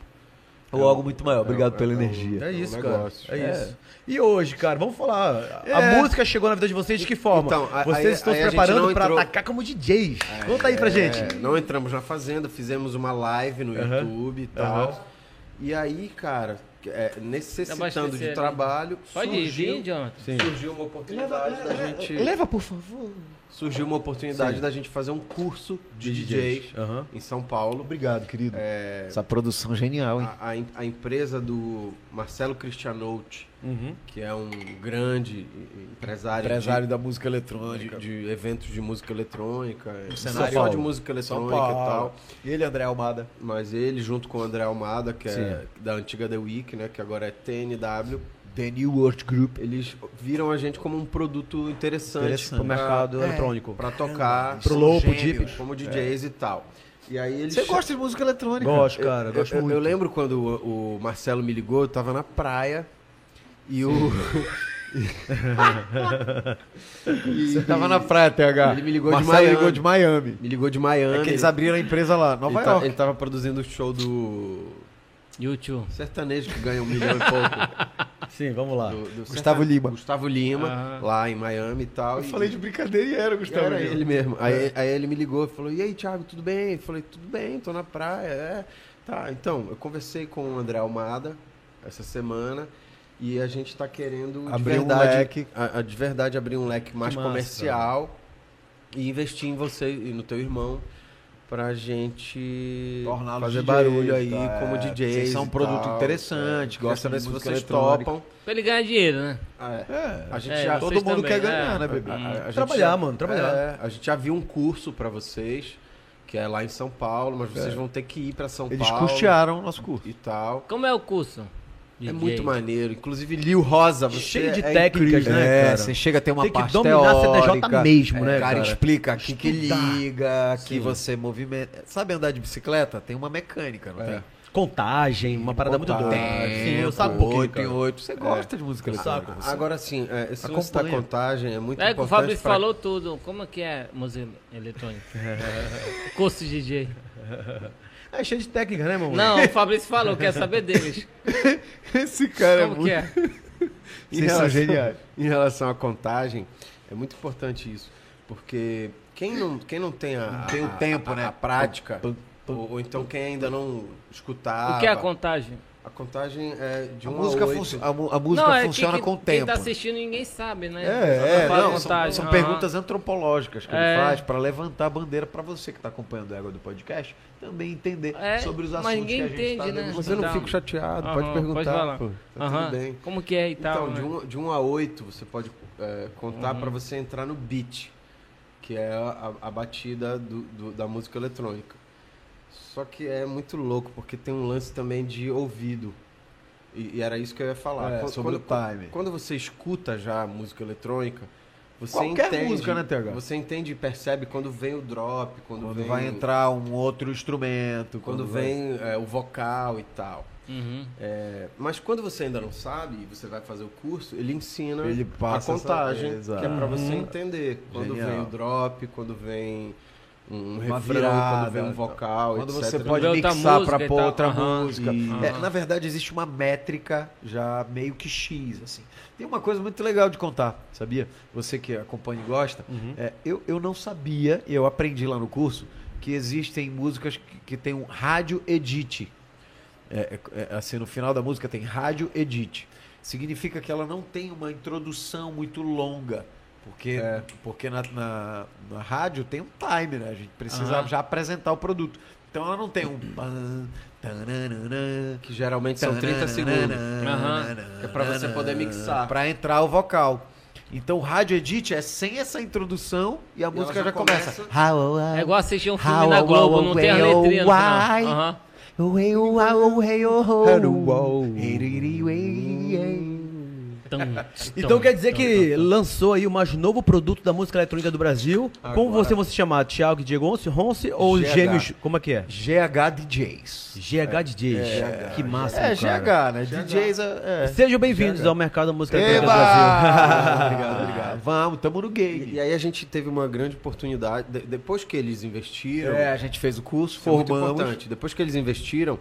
S4: Ou algo muito maior. Obrigado
S3: é,
S4: pela
S3: é,
S4: energia.
S9: É
S3: É um
S9: isso, cara.
S3: negócio.
S9: É, isso. E hoje, cara, vamos falar. A- A
S3: É.
S9: música chegou na vida de vocês de que forma?
S3: Então, a-
S9: vocês
S3: aí-
S9: estão se
S3: aí a gente
S9: preparando
S3: não
S9: pra
S3: entrou.
S9: atacar como DJs. Conta aí pra
S3: É,
S9: gente.
S3: não entramos na fazenda, fizemos uma live no
S9: Aham.
S3: YouTube e tal. E aí, cara, é, necessitando
S2: Abastecer,
S3: de
S2: né?
S3: trabalho,
S2: Pode ir,
S3: surgiu,
S2: vim, Jonathan.
S3: surgiu uma oportunidade da gente.
S10: Leva, por favor.
S3: Surgiu uma oportunidade da gente fazer um curso de DJ em São Paulo. É,
S4: Obrigado, querido. Essa produção genial, hein?
S3: A, a em- a empresa do Marcelo Cristianotti,
S9: Uhum.
S3: que é um grande empresário, de-
S4: Empresário da música
S3: de,
S4: eletrônica.
S3: de eventos de música eletrônica,
S4: cenário-
S3: não só de música eletrônica e tal.
S4: Ele, André Almada.
S3: Mas ele, junto com o André Almada, que é da antiga The Week, né? Que agora é TNW.
S4: The New World Group.
S3: Eles viram a gente como um produto interessante,
S4: Interessante.
S3: pro mercado
S1: eletrônico.
S3: Pra tocar.
S4: Pro low, pro
S3: gêmeos,
S4: deep.
S3: Como DJs e tal. E aí eles...
S4: Você gosta de música eletrônica?
S1: Gosto, cara,
S3: Eu-
S1: gosto
S3: eu,
S1: muito.
S3: eu lembro quando o, o Marcelo me ligou, eu tava na praia e o... <laughs>
S4: Você tava na praia, TH.
S3: Ele me ligou de
S4: Marcelo
S3: Miami.
S4: ligou de Miami.
S3: Me ligou de Miami.
S4: É que eles abriram a empresa lá, Nova
S1: Então,
S3: ele, tá-
S4: York.
S3: ele tava produzindo o show do
S2: YouTube.
S3: sertanejo que ganha um milhão e pouco.
S1: Sim, vamos lá.
S3: Do- do
S4: <laughs> Gustavo
S3: sertane-
S4: Lima. Ah.
S3: Gustavo Lima, lá em Miami e tal.
S4: Eu
S3: e-
S4: falei de brincadeira e era, Gustavo.
S3: Era
S4: Lima.
S3: ele mesmo.
S4: É.
S3: Aí, aí ele me ligou e falou: E aí, Thiago, tudo bem? Eu falei: Tudo bem, tô na praia. É. Tá, então, eu conversei com o André Almada essa semana e a gente tá querendo
S4: Abrir um
S3: de verdade,
S4: leque.
S3: A, a- de verdade abrir um leque mais comercial e investir em você e no teu irmão pra gente
S4: Torná-los
S3: fazer
S4: DJs,
S3: barulho aí
S4: tá,
S3: como
S4: é.
S3: DJ.
S4: Vocês são um produto interessante,
S1: É,
S3: Gosto gostam
S4: gostam de
S3: ver se
S4: música
S3: vocês
S4: eletrônica.
S3: topam.
S2: Pra ele ganhar dinheiro, né?
S3: Ah, é. A gente
S2: É,
S3: já
S2: vocês
S4: Todo mundo
S2: também,
S4: quer
S2: né?
S4: ganhar, né, bebê?
S3: a gente
S1: Hum, Trabalhar, mano, trabalhar.
S3: É, a gente já viu um curso pra vocês, que é lá em São Paulo, mas vocês vão ter que ir pra São
S4: É. Eles
S3: Paulo
S4: custearam o nosso curso.
S3: e tal.
S2: Como é o curso? DJ?
S3: É muito maneiro. Inclusive, Lil Rosa, você
S1: Cheio de
S3: é
S1: técnicas,
S3: incrível.
S1: né, cara?
S4: chega a ter uma
S1: Tem que
S4: parte
S1: dominar a CDJ
S4: teórica.
S1: mesmo,
S4: É,
S1: né,
S4: cara,
S1: cara?
S4: explica que que
S1: Estudar.
S4: liga, que
S1: Sim.
S4: você movimenta. Sabe andar de bicicleta? Tem uma mecânica, não tem?
S1: Contagem, uma É. parada muito doida.
S4: Tem,
S1: Sim, eu sabe um pouquinho,
S4: oito em
S1: cara.
S4: oito. Você gosta de música né? eletrônica?
S1: saco.
S4: você?
S3: Agora sim, é, esse lance da
S4: Acompanha.
S3: contagem é muito
S2: É, que o
S3: importante.
S2: Fabrício
S3: pra-
S2: falou tudo. Como é que é música
S4: <laughs>
S2: eletrônica? curso de DJ.
S1: É cheio de técnica, né, meu
S2: Não, o Fabrício falou, quer saber deles.
S4: Esse cara
S2: Como que é?
S3: Em
S4: Vocês são <laughs>
S3: relação-
S4: geniais.
S3: <laughs> Em relação à contagem, é muito importante isso. Porque quem não, quem não tem a,
S4: tem o
S3: a-
S4: tempo,
S3: a-
S4: né?
S3: a prática, ou, ou então quem ainda não escutava.
S2: o que é a contagem?
S3: A contagem é de
S4: A
S3: um
S4: música,
S3: a oito.
S4: funci- a mu- a música
S2: Não, é que-
S4: funciona
S2: que-
S4: com o
S2: Quem
S4: tempo.
S2: tá assistindo ninguém sabe, né?
S4: É, é,
S2: Fala
S4: não, são,
S2: contagem,
S4: são
S2: aham.
S4: perguntas antropológicas que
S2: É.
S4: ele faz para levantar a bandeira para você que está acompanhando a Égua do Podcast também entender
S2: É,
S4: sobre os
S2: mas
S4: assuntos
S2: ninguém
S4: que a gente
S2: entende,
S4: tá
S2: né?
S4: levantando.
S3: Mas eu não
S2: Então,
S3: fico chateado,
S2: aham,
S3: pode perguntar.
S2: falar.
S3: Pô, tá
S2: Aham.
S3: tudo bem.
S2: Como que é e tal?
S3: Então, de
S2: né?
S3: 1 um, de um a 8 você pode é, contar pra você entrar no beat, que é a, a batida do- do- da música eletrônica. Só que é muito louco, porque tem um lance também de ouvido. E, e era isso que eu ia falar.
S4: É,
S3: Quando-
S4: sobre
S3: quando-
S4: o time.
S3: Quando você escuta já a música eletrônica, você
S4: Qualquer
S3: entende.
S4: música, né, TH?
S3: Você entende e percebe quando vem o drop, quando,
S4: Quando
S3: vem
S4: vai
S3: o-
S4: entrar um outro instrumento,
S3: quando vem é, o vocal e tal.
S2: Uhum.
S3: É, mas quando você ainda não sabe e você vai fazer o curso, ele ensina
S4: Ele
S3: a
S4: passa essa-
S3: contagem,
S4: Exato.
S3: que é pra você entender. Quando
S4: Genial.
S3: vem o drop, quando vem um
S4: Uma
S3: refrão,
S4: virada,
S3: quando vem um
S4: então.
S3: vocal,
S4: Quando
S3: etc.
S4: você pode
S2: Vê outra
S4: mixar
S2: música
S4: para
S2: e
S4: pôr
S2: tal.
S4: outra
S2: Aham.
S4: música.
S3: Isso.
S4: É, na verdade, existe uma métrica já meio que X, assim. Tem uma coisa muito legal de contar, sabia? Você que acompanha e gosta.
S2: Uhum.
S4: É, eu, eu não sabia, e eu aprendi lá no curso, que existem músicas que, que tem um rádio edit. É, é, é, assim, no final da música tem rádio edit. Significa que ela não tem uma introdução muito longa. Porque,
S3: É.
S4: porque na, na- na rádio tem um time, né? A gente precisa
S2: Aham.
S4: já apresentar o produto. Então ela não tem um. pan, tananana,
S3: Que geralmente são 30 segundos.
S4: Aham.
S3: Que é pra você poder mixar.
S4: Pra entrar o vocal. Então o rádio edit é sem essa introdução e a música já,
S3: já
S4: começa.
S3: começa-
S2: É igual assistir um filme
S4: Ah, How
S2: na
S4: I
S2: Globo, não tem a
S4: will
S2: letrinha no
S4: why?
S2: final. Aham.
S4: <laughs>
S2: Tum,
S1: Então
S2: tum,
S1: quer dizer
S2: tum,
S1: que
S2: tum, tum.
S1: lançou aí o mais novo produto da música eletrônica do Brasil. Como você você chamar? Thiago e Diego Once, Ronce ou
S3: GH.
S1: Gêmeos? Como é que é?
S4: GH DJs.
S1: GH DJs. que massa,
S4: É,
S1: cara.
S4: GH, né? DJs é. é.
S1: Sejam bem-vindos ao mercado da música eletrônica do
S3: <laughs>
S4: Eba!
S1: Brasil.
S4: obrigado, obrigado. Vamos, tamo no
S3: E,
S4: game.
S3: e aí a gente teve uma grande oportunidade. de- depois que eles investiram,
S4: É, a gente fez o curso,
S3: Isso é muito
S4: formamos.
S3: importante. Depois que eles investiram,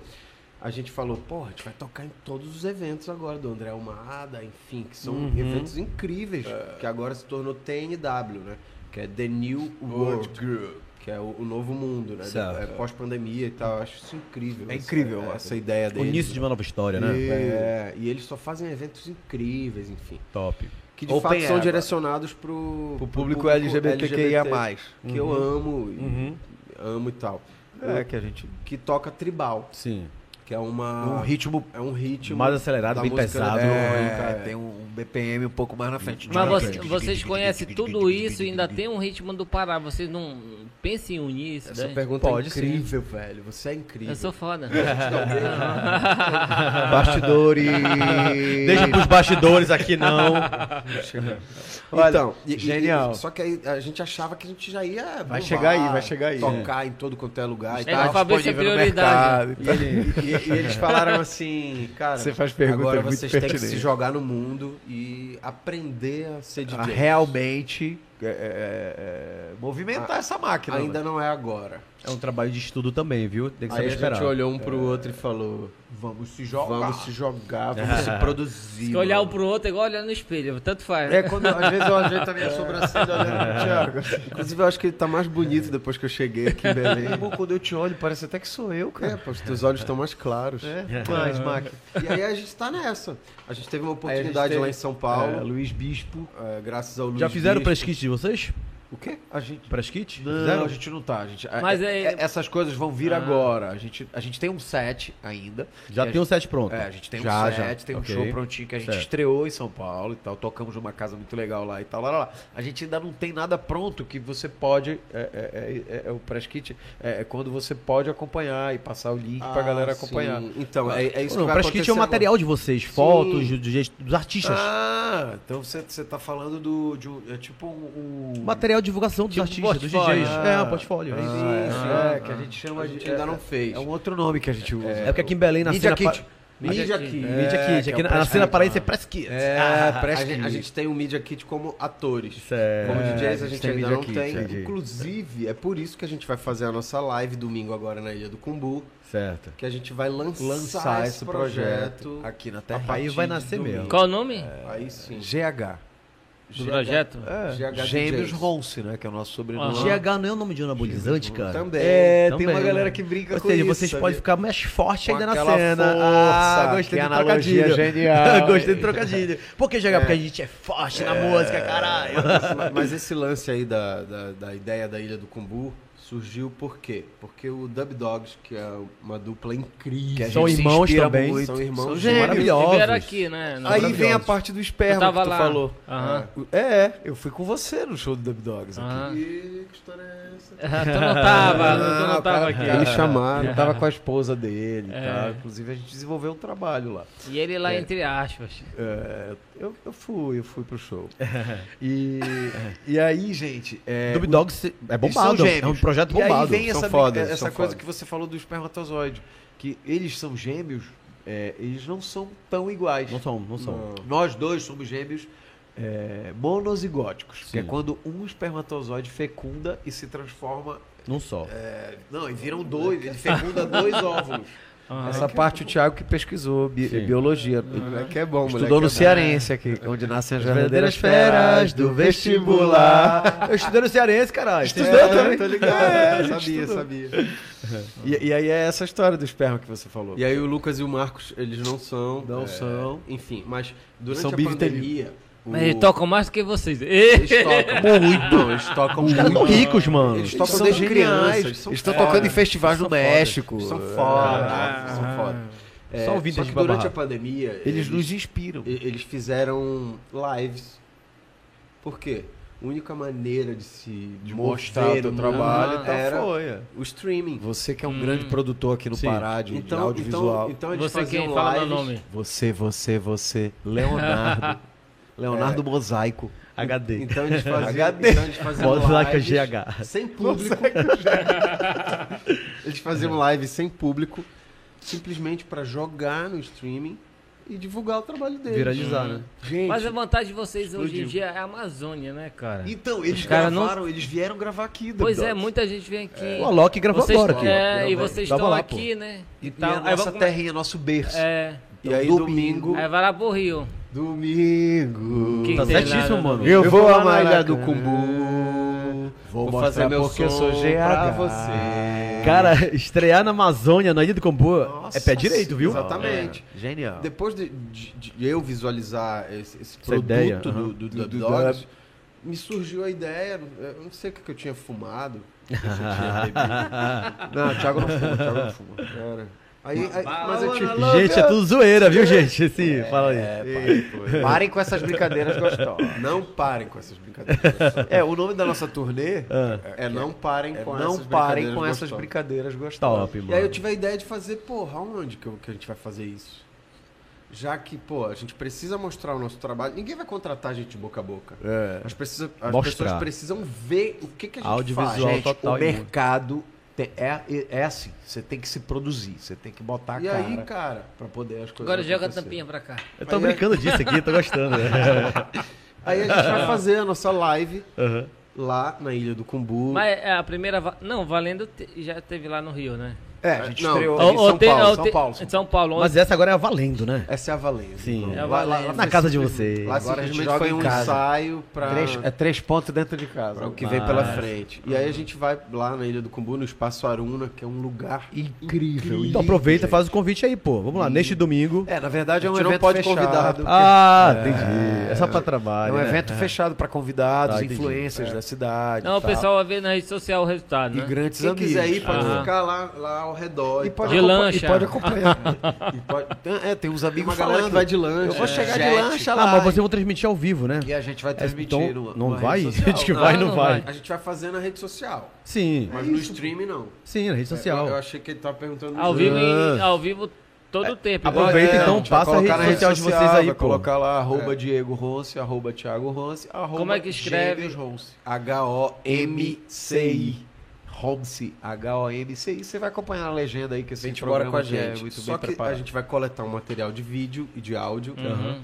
S3: a gente falou, pô, a gente vai tocar em todos os eventos agora, do André
S4: Uhum. É.
S3: Almada, enfim, que são eventos incríveis, que agora se tornou TNW, né? que é The New
S4: Oh,
S3: World Group, que é o, o novo mundo, né?
S1: Certo.
S3: É pós-pandemia e tal. Eu acho isso incrível.
S4: É
S3: essa-
S4: incrível
S3: é,
S4: essa ideia
S1: O
S4: dele.
S1: início de uma nova história, né?
S3: É, e eles só fazem eventos incríveis, enfim.
S1: Top.
S3: Que de
S1: Open
S3: fato são
S1: Era.
S3: direcionados pro,
S4: Pro público LGBTQIA+.
S3: Que eu amo, e- amo e tal.
S4: Uhum. É, que a gente.
S3: Que toca tribal,
S1: Sim.
S3: que é uma...
S4: Um assim, ritmo
S3: É um ritmo...
S1: Mais acelerado,
S3: da
S1: bem
S3: música
S1: pesado. <laughs>
S3: eletrônica,
S4: É,
S3: é.
S4: tem um BPM um pouco mais na frente.
S2: Mas você- vocês conhecem tudo isso e ainda tem um ritmo do Pará. Vocês não pensem em unir isso,
S3: Essa
S2: daí?
S3: pergunta
S4: Pode
S3: é
S4: sim.
S3: incrível, velho. Você é incrível.
S2: Eu sou foda.
S4: Bastidores.
S1: Deixa pros bastidores aqui,
S3: <laughs>
S1: não.
S3: então, e- e-
S4: genial.
S3: e- só que aí a gente achava que a gente já ia. bombar,
S4: chegar aí, vai chegar aí.
S3: Tocar em todo quanto é lugar e
S2: É,
S3: tal.
S2: fala- cabeça é prioridade.
S3: E, ele- e- e eles falaram assim, cara.
S4: Você faz perguntas
S3: Agora
S4: muito
S3: vocês têm que se
S4: pertinentes.
S3: jogar no mundo e aprender a ser DJ.
S4: Ah, realmente é, é, é, movimentar essa máquina. né?
S3: Ainda não é agora.
S1: É um trabalho de estudo também, viu? Tem que
S3: Aí
S1: saber
S3: a
S1: esperar.
S3: gente olhou um pro outro e falou:
S4: Vamos se jogar.
S3: vamos se jogar, <laughs> vamos se produzir.
S2: Se olhar um
S3: mano."
S2: pro outro é igual olhar no espelho, tanto faz.
S4: É quando às vezes eu ajeito a minha sobrancelha olhando pro Thiago.
S3: É. Inclusive, eu acho que ele tá mais bonito depois que eu cheguei aqui em Belém.
S4: Pô, quando eu te olho, parece até que sou eu, cara.
S3: É, pô, os teus olhos estão mais claros.
S4: É, mais, Mac.
S3: E aí a gente tá nessa. A gente teve uma
S4: Aí a gente
S3: oportunidade
S4: teve-
S3: lá em São
S4: É,
S3: Paulo,
S4: Luiz Bispo.
S3: é, graças ao Luiz
S1: Já fizeram o
S3: Bispo.
S1: press kit de vocês?
S4: O quê? A gente.
S1: Press kit?
S4: Não,
S1: Fizeram?
S4: a gente não tá. A gente, a-
S2: Mas
S4: é-
S2: aí-
S4: é- essas coisas vão vir agora. A gente, a gente tem um set ainda.
S1: Já
S4: que a
S1: tem o set pronto.
S4: É, a gente tem
S1: Já,
S4: um set,
S1: já.
S4: tem um
S1: Ok.
S4: show prontinho que a gente
S1: Certo.
S4: estreou em São Paulo e tal. Tocamos numa casa muito legal lá e tal. Lá, lá, lá. A gente ainda não tem nada pronto que você pode. É, é- é- é- é o press kit é, é quando você pode acompanhar e passar o link pra galera
S3: Ah, sim.
S4: acompanhar.
S3: Então, é, é isso
S1: Não,
S3: que
S1: o
S3: vai
S1: press kit é o
S3: acontecer
S1: material de vocês, fotos do jeito- dos artistas.
S4: Ah, então você, você tá falando do, de um. É tipo um. um-
S1: Material de divulgação dos
S4: Tipo
S1: artistas, dos
S4: portfólio.
S1: DJs.
S4: Ah.
S1: É, um portfólio.
S4: É
S1: isso.
S4: isso,
S3: Ah,
S4: é, que a gente chama
S3: agora. A
S4: de.
S3: gente ainda
S4: é,
S3: não fez.
S4: é um outro nome que a gente usa.
S1: É porque aqui em Belém, na
S4: Media
S1: cena... pa- É,
S4: Kit.
S3: Mídia Kit.
S1: Media
S4: é
S1: Kit. Aqui na- na cena paraense é press kit.
S3: É,
S4: press
S3: a, gente, a
S4: kit.
S3: gente tem o Media Kit como atores.
S1: É.
S3: Como DJs a gente
S4: tem
S3: ainda
S4: Media
S3: não
S4: Kit,
S3: tem.
S4: entendi.
S3: Inclusive, é por isso que a gente vai fazer a nossa live domingo agora na Ilha do Cumbu,
S1: Certo.
S3: que a gente vai lançar,
S4: lançar
S3: esse projeto.
S4: aqui na
S3: a
S4: Terra.
S1: Aí
S3: partir
S1: vai
S3: de
S1: nascer
S3: domingo.
S1: mesmo.
S2: Qual o nome
S3: Aí sim.
S4: GH.
S2: do projeto?
S4: É,
S3: GH
S4: Gêmeos
S3: DJs.
S4: Ronce, né? Que é o nosso sobrenome.
S2: Aham.
S1: GH não é o nome de um anabolizante, cara?
S3: Também.
S4: É,
S1: Também,
S4: tem uma
S1: né?
S4: galera que brinca
S1: Ou
S4: Tá com
S1: seja,
S4: isso.
S1: vocês podem ficar mais forte
S4: Com
S1: ainda na
S4: aquela
S1: cena.
S4: força,
S1: ah, gostei
S4: que
S1: do
S4: analogia
S1: trocadilho. <laughs>
S4: genial.
S1: gostei do trocadilho. Por que GH? Porque a gente é forte na música, caralho.
S4: É.
S3: <laughs> Mas- Mas esse lance aí da, da, da ideia da Ilha do Cumbu surgiu por quê? Porque o Dub Dogs, que é uma dupla incrível.
S1: São
S4: gente se
S1: irmãos
S4: inspira
S1: também.
S4: muito.
S3: São irmãos
S4: São
S3: gêmeos.
S1: Maravilhosos.
S2: Tiveram aqui, né? no-
S4: Aí vem a parte do
S2: Eu
S4: esperma
S2: tava
S4: que tu
S2: lá.
S4: falou.
S2: Aham.
S4: É, é, eu fui com você no show do Dub Dogs aqui.
S2: Aham.
S3: Ih, que história é essa?
S2: <laughs> Tu não tava, tu não
S4: o cara-
S2: tava aqui. É.
S4: Eles chamaram,
S2: <laughs>
S4: eu tava com a esposa dele e tal. Inclusive, a gente desenvolveu um trabalho lá.
S2: E ele lá entre aspas.
S4: É, eu, eu fui, eu fui pro show. E, É, e aí, gente. É,
S1: Dub Dogs é
S4: Eles são
S1: bombado. É um
S4: gêmeos.
S1: projeto bombado.
S4: E aí vem
S3: São
S4: essa,
S3: foda,
S4: essa
S3: são
S4: coisa
S3: foda.
S4: que você falou do espermatozoide. Que eles são gêmeos, é, eles não são tão iguais.
S1: Não são, não são.
S4: Nós dois somos gêmeos é, monozigóticos. Que é
S1: Sim.
S4: quando um espermatozoide fecunda e se transforma.
S1: Não só.
S4: é, não, e viram dois, ele fecunda dois óvulos.
S2: Aham.
S4: Essa parte o Thiago que pesquisou, bi-
S1: Sim.
S4: biologia.
S3: Moleque é bom,
S4: Estudou
S3: moleque
S4: no
S3: é
S4: Cearense aqui, onde nascem as verdadeiras
S1: verdadeiras
S4: feras do vestibular.
S1: Eu estudei no Cearense, caralho. É.
S4: Estudou também.
S3: É,
S4: É,
S3: Tô ligado, sabia, sabia.
S4: E, e aí é essa história do esperma que você falou.
S3: E aí o Lucas e o Marcos, eles não são.
S4: Não
S3: é,
S4: são.
S3: Enfim, mas durante
S4: São
S3: a
S4: big
S3: pandemia. o-
S2: Mas eles tocam mais do que vocês. <laughs> Ê!
S3: Eles tocam muito. Não, eles tocam
S1: Os caras
S3: muito.
S1: são ricos, mano.
S3: Eles
S4: Eles
S3: tocam
S4: são
S3: desde
S4: geniais.
S3: criança.
S4: Eles
S3: são
S4: estão
S3: foda.
S4: tocando em festivais no México. Ah.
S3: Eles são foda. Ah, né? São foda. É,
S1: Só ouvindo
S3: só
S1: aqui
S3: que
S1: pra
S3: durante a
S1: barrar.
S3: pandemia.
S4: Eles nos inspiram.
S3: E- Eles fizeram lives. Por quê? A única maneira de se
S4: mostrar o
S3: mover
S4: teu
S3: no
S4: trabalho
S3: mundo
S4: e
S1: então
S4: tal.
S3: era
S4: Foi, é.
S3: o streaming.
S4: Você que é um grande produtor aqui no Pará de, de
S3: Então, então,
S4: audiovisual.
S3: então eles
S2: Você
S3: faziam
S2: quem fala meu
S3: lives.
S2: nome?
S4: Você, você, você. Leonardo. Leonardo Mosaico.
S1: HD.
S3: Então
S4: <laughs>
S3: eles faziam,
S4: HD.
S3: então eles faziam
S1: Bota lá que é
S3: lives
S1: GH.
S3: sem público.
S4: é
S3: <laughs> eles faziam lives um sem público, simplesmente pra jogar no streaming e divulgar o trabalho deles.
S1: Viralizar, né?
S2: Mas é- a vantagem de vocês hoje em dia é a Amazônia, né, cara?
S4: Então, eles
S2: cara não-
S4: gravaram, eles vieram gravar aqui.
S2: Pois
S4: Dub
S2: é,
S4: Dogs.
S2: muita gente vem aqui.
S1: O Alok gravou
S2: Vocês-
S1: É. agora aqui.
S2: É, e vocês
S1: Tava
S2: estão
S1: lá, pô.
S2: aqui, né?
S4: E, e
S2: tal.
S4: a
S2: Aí
S4: nossa
S2: vamos-
S4: terrinha, nosso berço.
S2: É,
S3: E aí domingo,
S2: aí vai lá pro Rio.
S3: domingo,
S2: Que
S1: Tá
S2: que tem lá,
S1: certíssimo,
S2: né?
S1: mano.
S4: Eu vou
S3: lá
S4: à
S3: na
S4: Ilha
S3: Ilha
S4: do
S3: do Cumbu.
S11: Vou,
S3: Vou
S11: mostrar
S3: fazer meu
S11: porque eu sou
S3: som
S11: GH.
S3: pra você.
S1: Cara, estrear na Amazônia, na Ilha do Combu, é pé
S3: Nossa,
S1: direito, viu?
S3: Exatamente.
S4: Tá.
S1: Genial.
S3: Depois de, de- de eu visualizar esse, esse
S1: Essa
S3: produto
S1: ideia,
S3: do,
S1: aham.
S3: do,
S4: Do-
S3: Dub
S4: do
S3: Dogs, me surgiu a ideia, eu não sei o que, que eu tinha fumado. o que eu tinha bebido. não, o Thiago não fuma, o Thiago não fuma. <laughs> Cara. Aí, aí- mas eu tive...
S1: <laughs> Gente, é tudo zoeira, viu, gente? Esse, fala aí.
S4: É,
S3: Ei, pô,
S11: Parem com essas brincadeiras gostosas.
S3: Não parem com essas brincadeiras.
S4: É, o nome da nossa turnê
S3: É, não parem
S4: é
S3: com
S4: Não
S3: essas
S4: Parem
S3: brincadeiras
S4: com essas
S3: gostosas.
S4: Brincadeiras Gostosas.
S1: Top, mano.
S3: E aí eu tive a ideia de fazer, porra, onde que, eu- que a gente vai fazer isso? Já que, pô, a gente precisa mostrar o nosso trabalho. Ninguém vai contratar a gente de boca a boca. As, precisa- as
S1: É. Mostrar.
S3: pessoas precisam ver o que, que a gente faz.
S1: Audiovisual
S4: Gente,
S1: total.
S4: o mercado te- é, é assim, você tem que se produzir, você tem que botar
S1: tá
S4: a
S3: E
S4: cara.
S3: aí, cara, pra poder as coisas
S2: Agora joga a
S3: acontecerem.
S2: tampinha pra cá.
S1: Eu tô brincando disso aqui, tô gostando. né?
S3: Aí a gente <laughs> vai fazer a nossa live lá na Ilha do Cumbu.
S2: Mas é, a primeira. va- Não, valendo te- já teve lá no Rio, né?
S4: É, a gente
S3: Não,
S4: estreou
S3: Ou-
S4: em
S2: Ou
S4: São
S2: tem-
S4: Paulo,
S2: ou
S4: São
S2: tem-
S4: Paulo.
S2: Em São
S1: <laughs>
S2: Paulo.
S1: Mas essa agora é a valendo, né?
S3: Essa é a Valência.
S1: Sim.
S2: É a
S3: Lá- lá- lá
S2: Valência.
S1: Na
S3: foi
S1: casa de
S3: simplesmente-
S1: vocês.
S3: Lá
S4: Agora a gente
S3: simplesmente
S4: joga
S3: foi
S4: em
S3: um
S4: casa.
S3: ensaio pra...
S11: Três, é três pontos dentro de casa.
S3: Pra um
S4: um
S3: o que vem pela frente. E aí a gente vai lá na Ilha do Cumbu, no Espaço Aruna, que é um lugar
S11: Incrível.
S1: Então aproveita e faz o convite aí, pô. Vamos lá, neste domingo.
S4: É, na verdade é
S3: A
S4: um
S3: gente não
S4: evento
S3: pode
S4: fechado.
S3: convidar,
S4: porque-
S1: Ah, entendi. É só pra
S4: É
S1: trabalho.
S4: um
S1: né?
S4: evento fechado para convidados,
S1: Tá, entendi.
S4: influências da cidade.
S2: Não,
S4: e
S2: o
S4: tal.
S2: pessoal vai ver na rede social o resultado,
S4: e
S2: né?
S4: grandes
S3: Quem
S4: amigos. Ah.
S3: quiser ir pode
S2: Aham.
S3: ficar lá, lá ao redor.
S4: E
S3: e
S4: pode,
S2: De
S4: acompa-
S2: lancha.
S4: e pode acompanhar. <laughs> E pode- É, tem uns
S3: tal.
S4: amigos
S3: Uma galera
S4: falando.
S3: vai de lanche.
S4: Eu vou chegar de
S3: jet.
S4: lancha tá lá.
S1: Ah, mas vocês vão transmitir ao vivo, né?
S4: E a gente vai transmitir.
S1: Então,
S4: numa-
S1: não
S4: numa
S1: vai? <laughs>
S4: rede social.
S1: Gente que vai,
S2: Não,
S1: não
S2: não
S1: vai.
S2: vai.
S3: A gente vai fazer na rede social.
S1: Sim,
S3: Mas no stream não.
S1: sim, na rede
S4: É,
S1: social.
S3: Eu, eu achei que ele tava perguntando no
S2: Ao vivo,
S3: stream.
S2: em- ao vivo todo o tempo.
S1: Aproveita
S4: É, a
S1: então,
S4: gente vai
S1: passa a
S4: colocar
S1: rede
S4: na
S1: social de vocês aí,
S4: vai
S1: pô.
S4: Colocar lá arroba Diego Ronce, arroba Thiago Ronce, arroba
S2: Como é que escreve?
S4: Gêmeos Ronce.
S3: H-O-M-C-I.
S4: M-C-I. Homsi, H-O-M-C-I. Você vai acompanhar a legenda aí que esse
S3: A gente mora com
S4: programa
S3: a
S4: já é
S3: gente.
S4: muito
S3: Só
S4: bem
S3: que
S4: preparado.
S3: a gente vai coletar um material de vídeo e de áudio.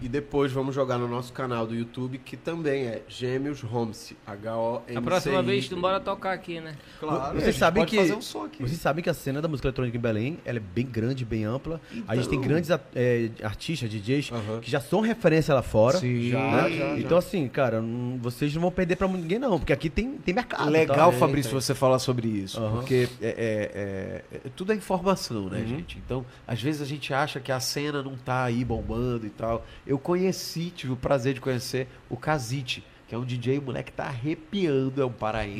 S3: E depois vamos jogar no nosso canal do YouTube, que também é Gêmeos Homse. H-O-M-C-I.
S2: A próxima vez, tu bora tocar aqui, né?
S3: Claro.
S1: Vocês sabem
S4: pode
S1: que
S4: fazer um som aqui.
S1: vocês sabem que a cena da música eletrônica em Belém ela é bem grande, bem ampla.
S3: Então,
S1: a gente tem
S4: Tá
S1: grandes a- é, artistas, DJs
S3: Aham. É,
S1: que já são referência lá fora.
S4: Sim. Ah,
S1: né?
S3: Já, já,
S1: então assim, cara, não- vocês não vão perder pra ninguém não, porque aqui tem tem mercado.
S4: Legal,
S1: tá?
S4: Fabrício, você falar sobre isso,
S1: Aham.
S4: porque é, é- é- é- tudo é informação,
S3: Uhum.
S4: né, gente? Então, às vezes a gente acha que a cena não tá aí bombando e tal. Eu conheci, tive o prazer de conhecer o Kazite, que é um DJ, moleque tá arrepiando, é um paraense,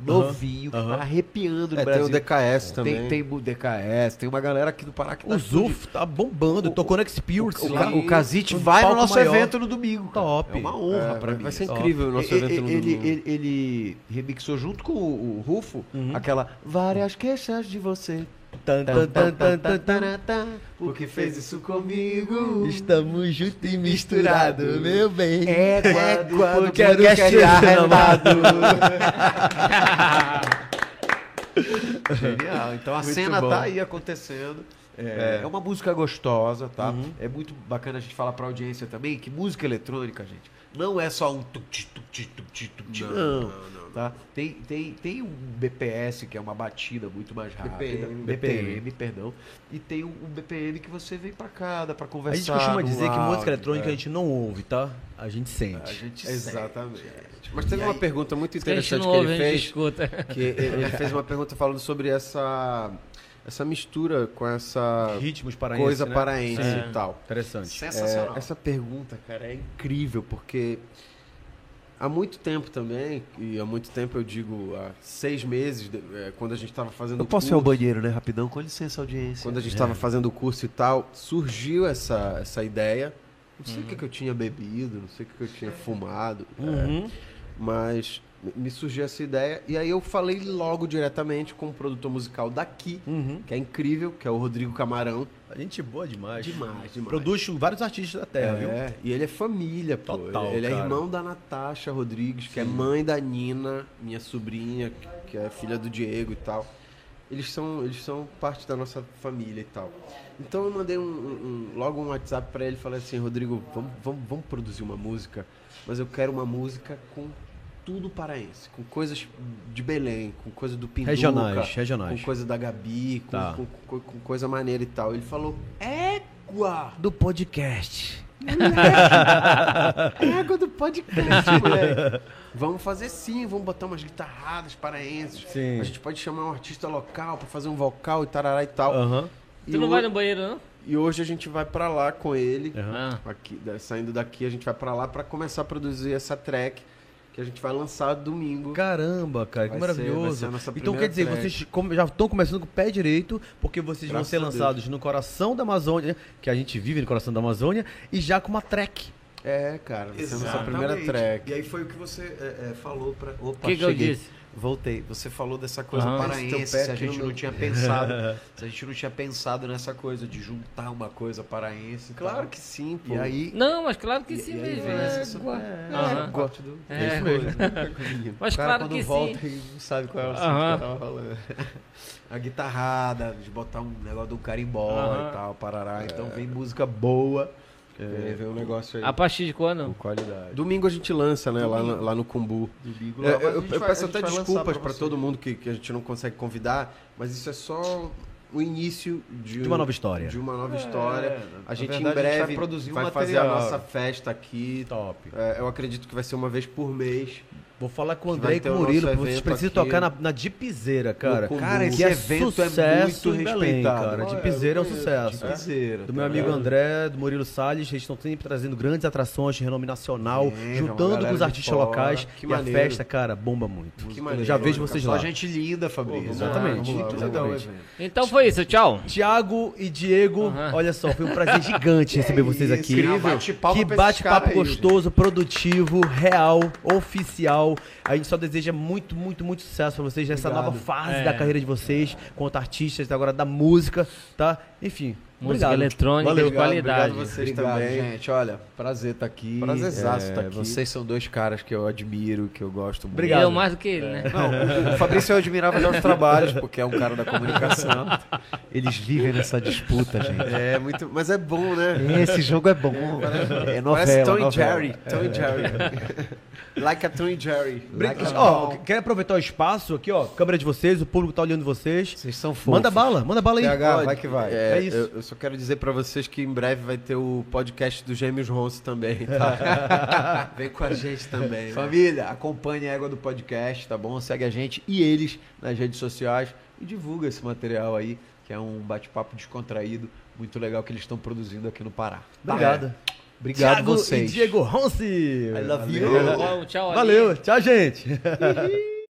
S1: No- Aham,
S4: novinho, que tá arrepiando no
S3: É, tem o
S4: Brasil.
S3: DKS também.
S4: tem, tem o DKS, tem uma galera aqui do Pará que tá
S1: O Zuf tá bombando,
S4: O-
S1: tocou no Experience
S4: o,
S1: lá.
S4: Ca- o Kazit
S1: Um
S4: vai no
S1: palco
S4: nosso
S1: maior.
S4: evento no domingo. cara.
S1: Top.
S4: É uma honra pra mim.
S3: Vai ser
S4: isso.
S3: incrível o nosso
S4: E-
S3: evento no
S4: ele,
S3: domingo.
S4: ele, ele remixou junto com o, o Rufo aquela Várias queixas de você.
S1: Tan, tan, tan, tan, tan, tan.
S4: Porque fez isso comigo.
S1: Estamos juntos e misturados, meu bem.
S3: É,
S4: Égua do
S1: É quando
S4: podcast
S1: quer ser
S4: arrendado. Genial. Então a
S3: Muito
S4: cena
S3: bom.
S4: tá aí acontecendo. É, é uma música gostosa, tá?
S1: Uhum.
S4: É muito bacana a gente falar pra audiência também que música eletrônica, gente, não é só um tuc tuc tuc tuc
S3: Não,
S4: não,
S3: não, não, não.
S4: tá? Tem, tem, tem um BPS, que é uma batida muito mais rápida.
S3: BPM.
S4: BPM, perdão. E tem um um BPM que você vem pra cá, dá pra
S1: A
S4: conversar.
S1: gente costuma
S4: no
S1: dizer que
S4: áudio,
S1: música eletrônica é
S4: né?
S1: a gente não ouve, tá? A gente
S4: A
S1: sente.
S4: gente
S3: Exatamente. Mas teve uma pergunta muito
S2: Se a gente
S3: interessante
S2: não
S3: que
S2: ouve,
S3: ele
S2: a gente
S3: fez.
S2: escuta.
S3: Que ele fez uma pergunta falando sobre essa, essa mistura com essa
S1: Ritmos paraense,
S3: coisa
S1: né?
S3: paraense
S2: Sim.
S3: e tal.
S1: Interessante.
S4: Sensacional.
S1: É,
S3: Essa pergunta, cara, é incrível, porque há muito tempo também, e há muito tempo eu digo há seis meses, de- é, quando a gente estava fazendo
S4: Eu
S3: o
S4: posso ir ao
S3: curso,
S4: banheiro, né? Rapidão, com licença, audiência.
S3: quando a gente estava fazendo o curso e tal, surgiu essa, essa ideia. Não sei o que, que eu tinha bebido, não sei o que, que eu <laughs> tinha fumado, é, mas me surgiu essa ideia. E aí eu falei logo diretamente com um produtor musical daqui, que é incrível, que é o Rodrigo Camarão.
S1: A gente é boa demais.
S3: Demais, demais.
S1: Produz vários artistas da terra, viu?
S3: É, e ele é família, pô.
S1: Total,
S3: ele ele é
S1: cara.
S3: irmão da Natasha Rodrigues, que é mãe da Nina, minha sobrinha, que é filha do Diego e tal. Eles são, eles são parte da nossa família e tal. Então eu mandei um, um- um- logo um WhatsApp pra ele e falei assim, Rodrigo, vamos, vamos, vamos produzir uma música, mas eu quero uma música com tudo paraense, com coisas de Belém, com coisa do Pinduca,
S1: Regionais, regionais. <laughs>
S3: com coisa da Gabi, com,
S1: Tá.
S3: com- com- com coisa maneira e tal. Ele falou, égua!
S1: Do podcast.
S3: É água
S2: <laughs>
S3: do podcast, moleque. Vamos fazer sim, vamos botar umas guitarradas paraenses.
S1: Sim.
S3: A gente pode chamar um artista local pra fazer um vocal e tarará e tal.
S1: Aham.
S3: E,
S2: Ah. Tu não
S3: o-
S2: vai no banheiro, não?
S3: e hoje a gente vai pra lá com ele.
S2: Ah.
S3: Aqui, da- saindo daqui, a gente vai pra lá pra começar a produzir essa track que a gente vai lançar domingo.
S1: Caramba, cara, que
S3: Vai ser- vai
S1: maravilhoso.
S3: ser a nossa
S1: então
S3: primeira
S1: quer dizer,
S3: track.
S1: vocês come- já estão começando com o pé direito, porque vocês vão
S3: Graças
S1: ser
S3: a Deus.
S1: lançados no coração da Amazônia, que a gente vive no coração da Amazônia, e já com uma track.
S3: É, cara, vai ser a nossa primeira Exatamente. track. E aí foi o que você é, é, falou pra.
S2: O
S3: Opa,
S2: que, que eu
S3: cheguei.
S2: disse?
S3: Voltei. Você falou dessa coisa
S2: Aham.
S3: paraense, Esse teu pé se a aqui gente no não meu- tinha pensado. <laughs> se a gente não tinha pensado nessa coisa de juntar uma coisa paraense. e tal.
S4: Claro
S3: que sim,
S4: E aí,
S2: Não, mas claro que sim
S3: e aí
S2: mesmo.
S3: vem
S2: né?
S3: essa super... é,
S2: Aham.
S3: é parte do-
S2: É.
S3: das coisas, <laughs> né?
S2: <laughs> Mas
S3: O cara,
S2: claro
S3: quando
S2: que
S3: volta e não sabe qual é o assunto
S2: Aham.
S3: que tava rolando. A guitarrada, de botar um negócio do carimbó
S2: Aham.
S3: e tal,
S4: É.
S3: parará. Então vem música boa. Vem, vem um negócio aí.
S2: A partir de quando?
S3: Qualidade. Domingo a gente lança, né? Lá, no- lá no Cumbu.
S4: Domingo
S3: É,
S4: lá,
S3: eu,
S4: mas a
S3: eu
S4: gente vai-
S3: peço
S4: a gente
S3: até
S4: vai lançar
S3: desculpas
S4: pra
S3: pra
S4: você.
S3: todo mundo que, que a gente não consegue convidar, mas isso é só o início de, um,
S1: De uma nova história.
S3: De uma nova história. A
S4: É, na
S3: gente
S4: verdade,
S3: em
S4: a gente
S3: breve
S4: vai
S3: vai,
S4: produzir um
S3: fazer a
S4: material.
S3: nossa festa aqui.
S1: Top.
S3: É, eu acredito que vai ser uma vez por mês.
S1: Vou falar com o
S3: Que
S1: André e
S3: vai ter
S1: com o
S3: o
S1: Murilo,
S3: nosso
S1: porque vocês
S3: evento
S1: precisam
S3: aqui.
S1: tocar na, na Dipizeira, cara.
S3: Cumbu.
S1: que
S3: esse evento é
S1: sucesso
S3: muito
S1: em Belém,
S3: respeitado.
S1: cara.
S3: Olha,
S1: Dipizeira é um
S3: eu conheço,
S4: tipo
S1: sucesso.
S3: Dipizeira,
S1: Do meu
S3: tá
S1: amigo
S3: ligado?
S1: André, do Murilo Salles, eles estão sempre trazendo grandes atrações de renome nacional,
S3: Sim, é uma
S1: juntando
S3: galera
S1: com os
S3: de
S1: artistas
S3: fora.
S1: locais.
S3: Que
S1: e
S3: maneiro.
S1: a festa, cara, bomba muito.
S3: Que
S1: Eu
S3: maneiro,
S1: já vejo
S3: cara.
S1: vocês
S3: Só
S1: lá.
S3: gente linda, Fabrício.
S1: Exatamente.
S3: Vamos lá, vamos lá, vamos lá.
S1: Exatamente.
S2: Então foi isso, tchau.
S1: Tiago e Diego,
S2: Aham.
S1: olha só, foi um prazer gigante receber vocês aqui.
S3: incrível.
S1: que
S3: Bate-papo pra esses
S1: bate-papo
S3: caras aí,
S1: gostoso, produtivo, real, oficial. A gente só deseja muito, muito, muito sucesso pra vocês nessa
S3: Obrigado.
S1: nova fase
S2: É.
S1: da carreira de vocês, quanto artistas, agora da música, tá? Enfim,
S2: Música
S1: obrigado.
S2: eletrônica de qualidade.
S3: obrigado vocês
S4: Obrigado,
S3: também.
S4: gente. Olha, prazer estar aqui. É,
S3: Prazerzaço tá aqui.
S4: Vocês são dois caras que eu admiro, que eu gosto muito.
S1: Obrigado.
S2: Eu é mais do que ele, né?
S4: Não, o Fabrício eu admirava já os trabalhos, porque é um cara da comunicação. Eles vivem nessa disputa, gente.
S3: É, muito, mas é bom, né?
S4: Esse jogo é bom. É novela,
S3: Parece Tom
S4: novela.
S3: e Jerry. Tom
S1: É.
S3: e Jerry.
S1: <laughs>
S3: like a Tom e Jerry.
S1: Brinca- Ó, quero aproveitar o espaço aqui, ó, câmera de vocês, o público tá olhando vocês.
S4: Vocês são fofos.
S1: Manda bala, manda bala aí.
S3: PH,
S1: Ó,
S3: vai que vai.
S1: É, isso.
S3: Eu, eu só quero dizer pra vocês que em breve vai ter o podcast do Gêmeos Ronce também,
S4: <laughs>
S3: tá? Vem com a gente também. né?
S4: Família, acompanhe a Égua do Podcast, tá bom? Segue a gente e eles nas redes sociais e divulga esse material aí, que é um bate-papo descontraído, muito legal que eles estão produzindo aqui no Pará. Tá?
S1: Obrigado.
S4: Obrigado
S1: Thiago
S4: vocês.
S1: e Diego Ronce.
S4: I love you.
S2: Tchau, tchau,
S1: Valeu, tchau, gente.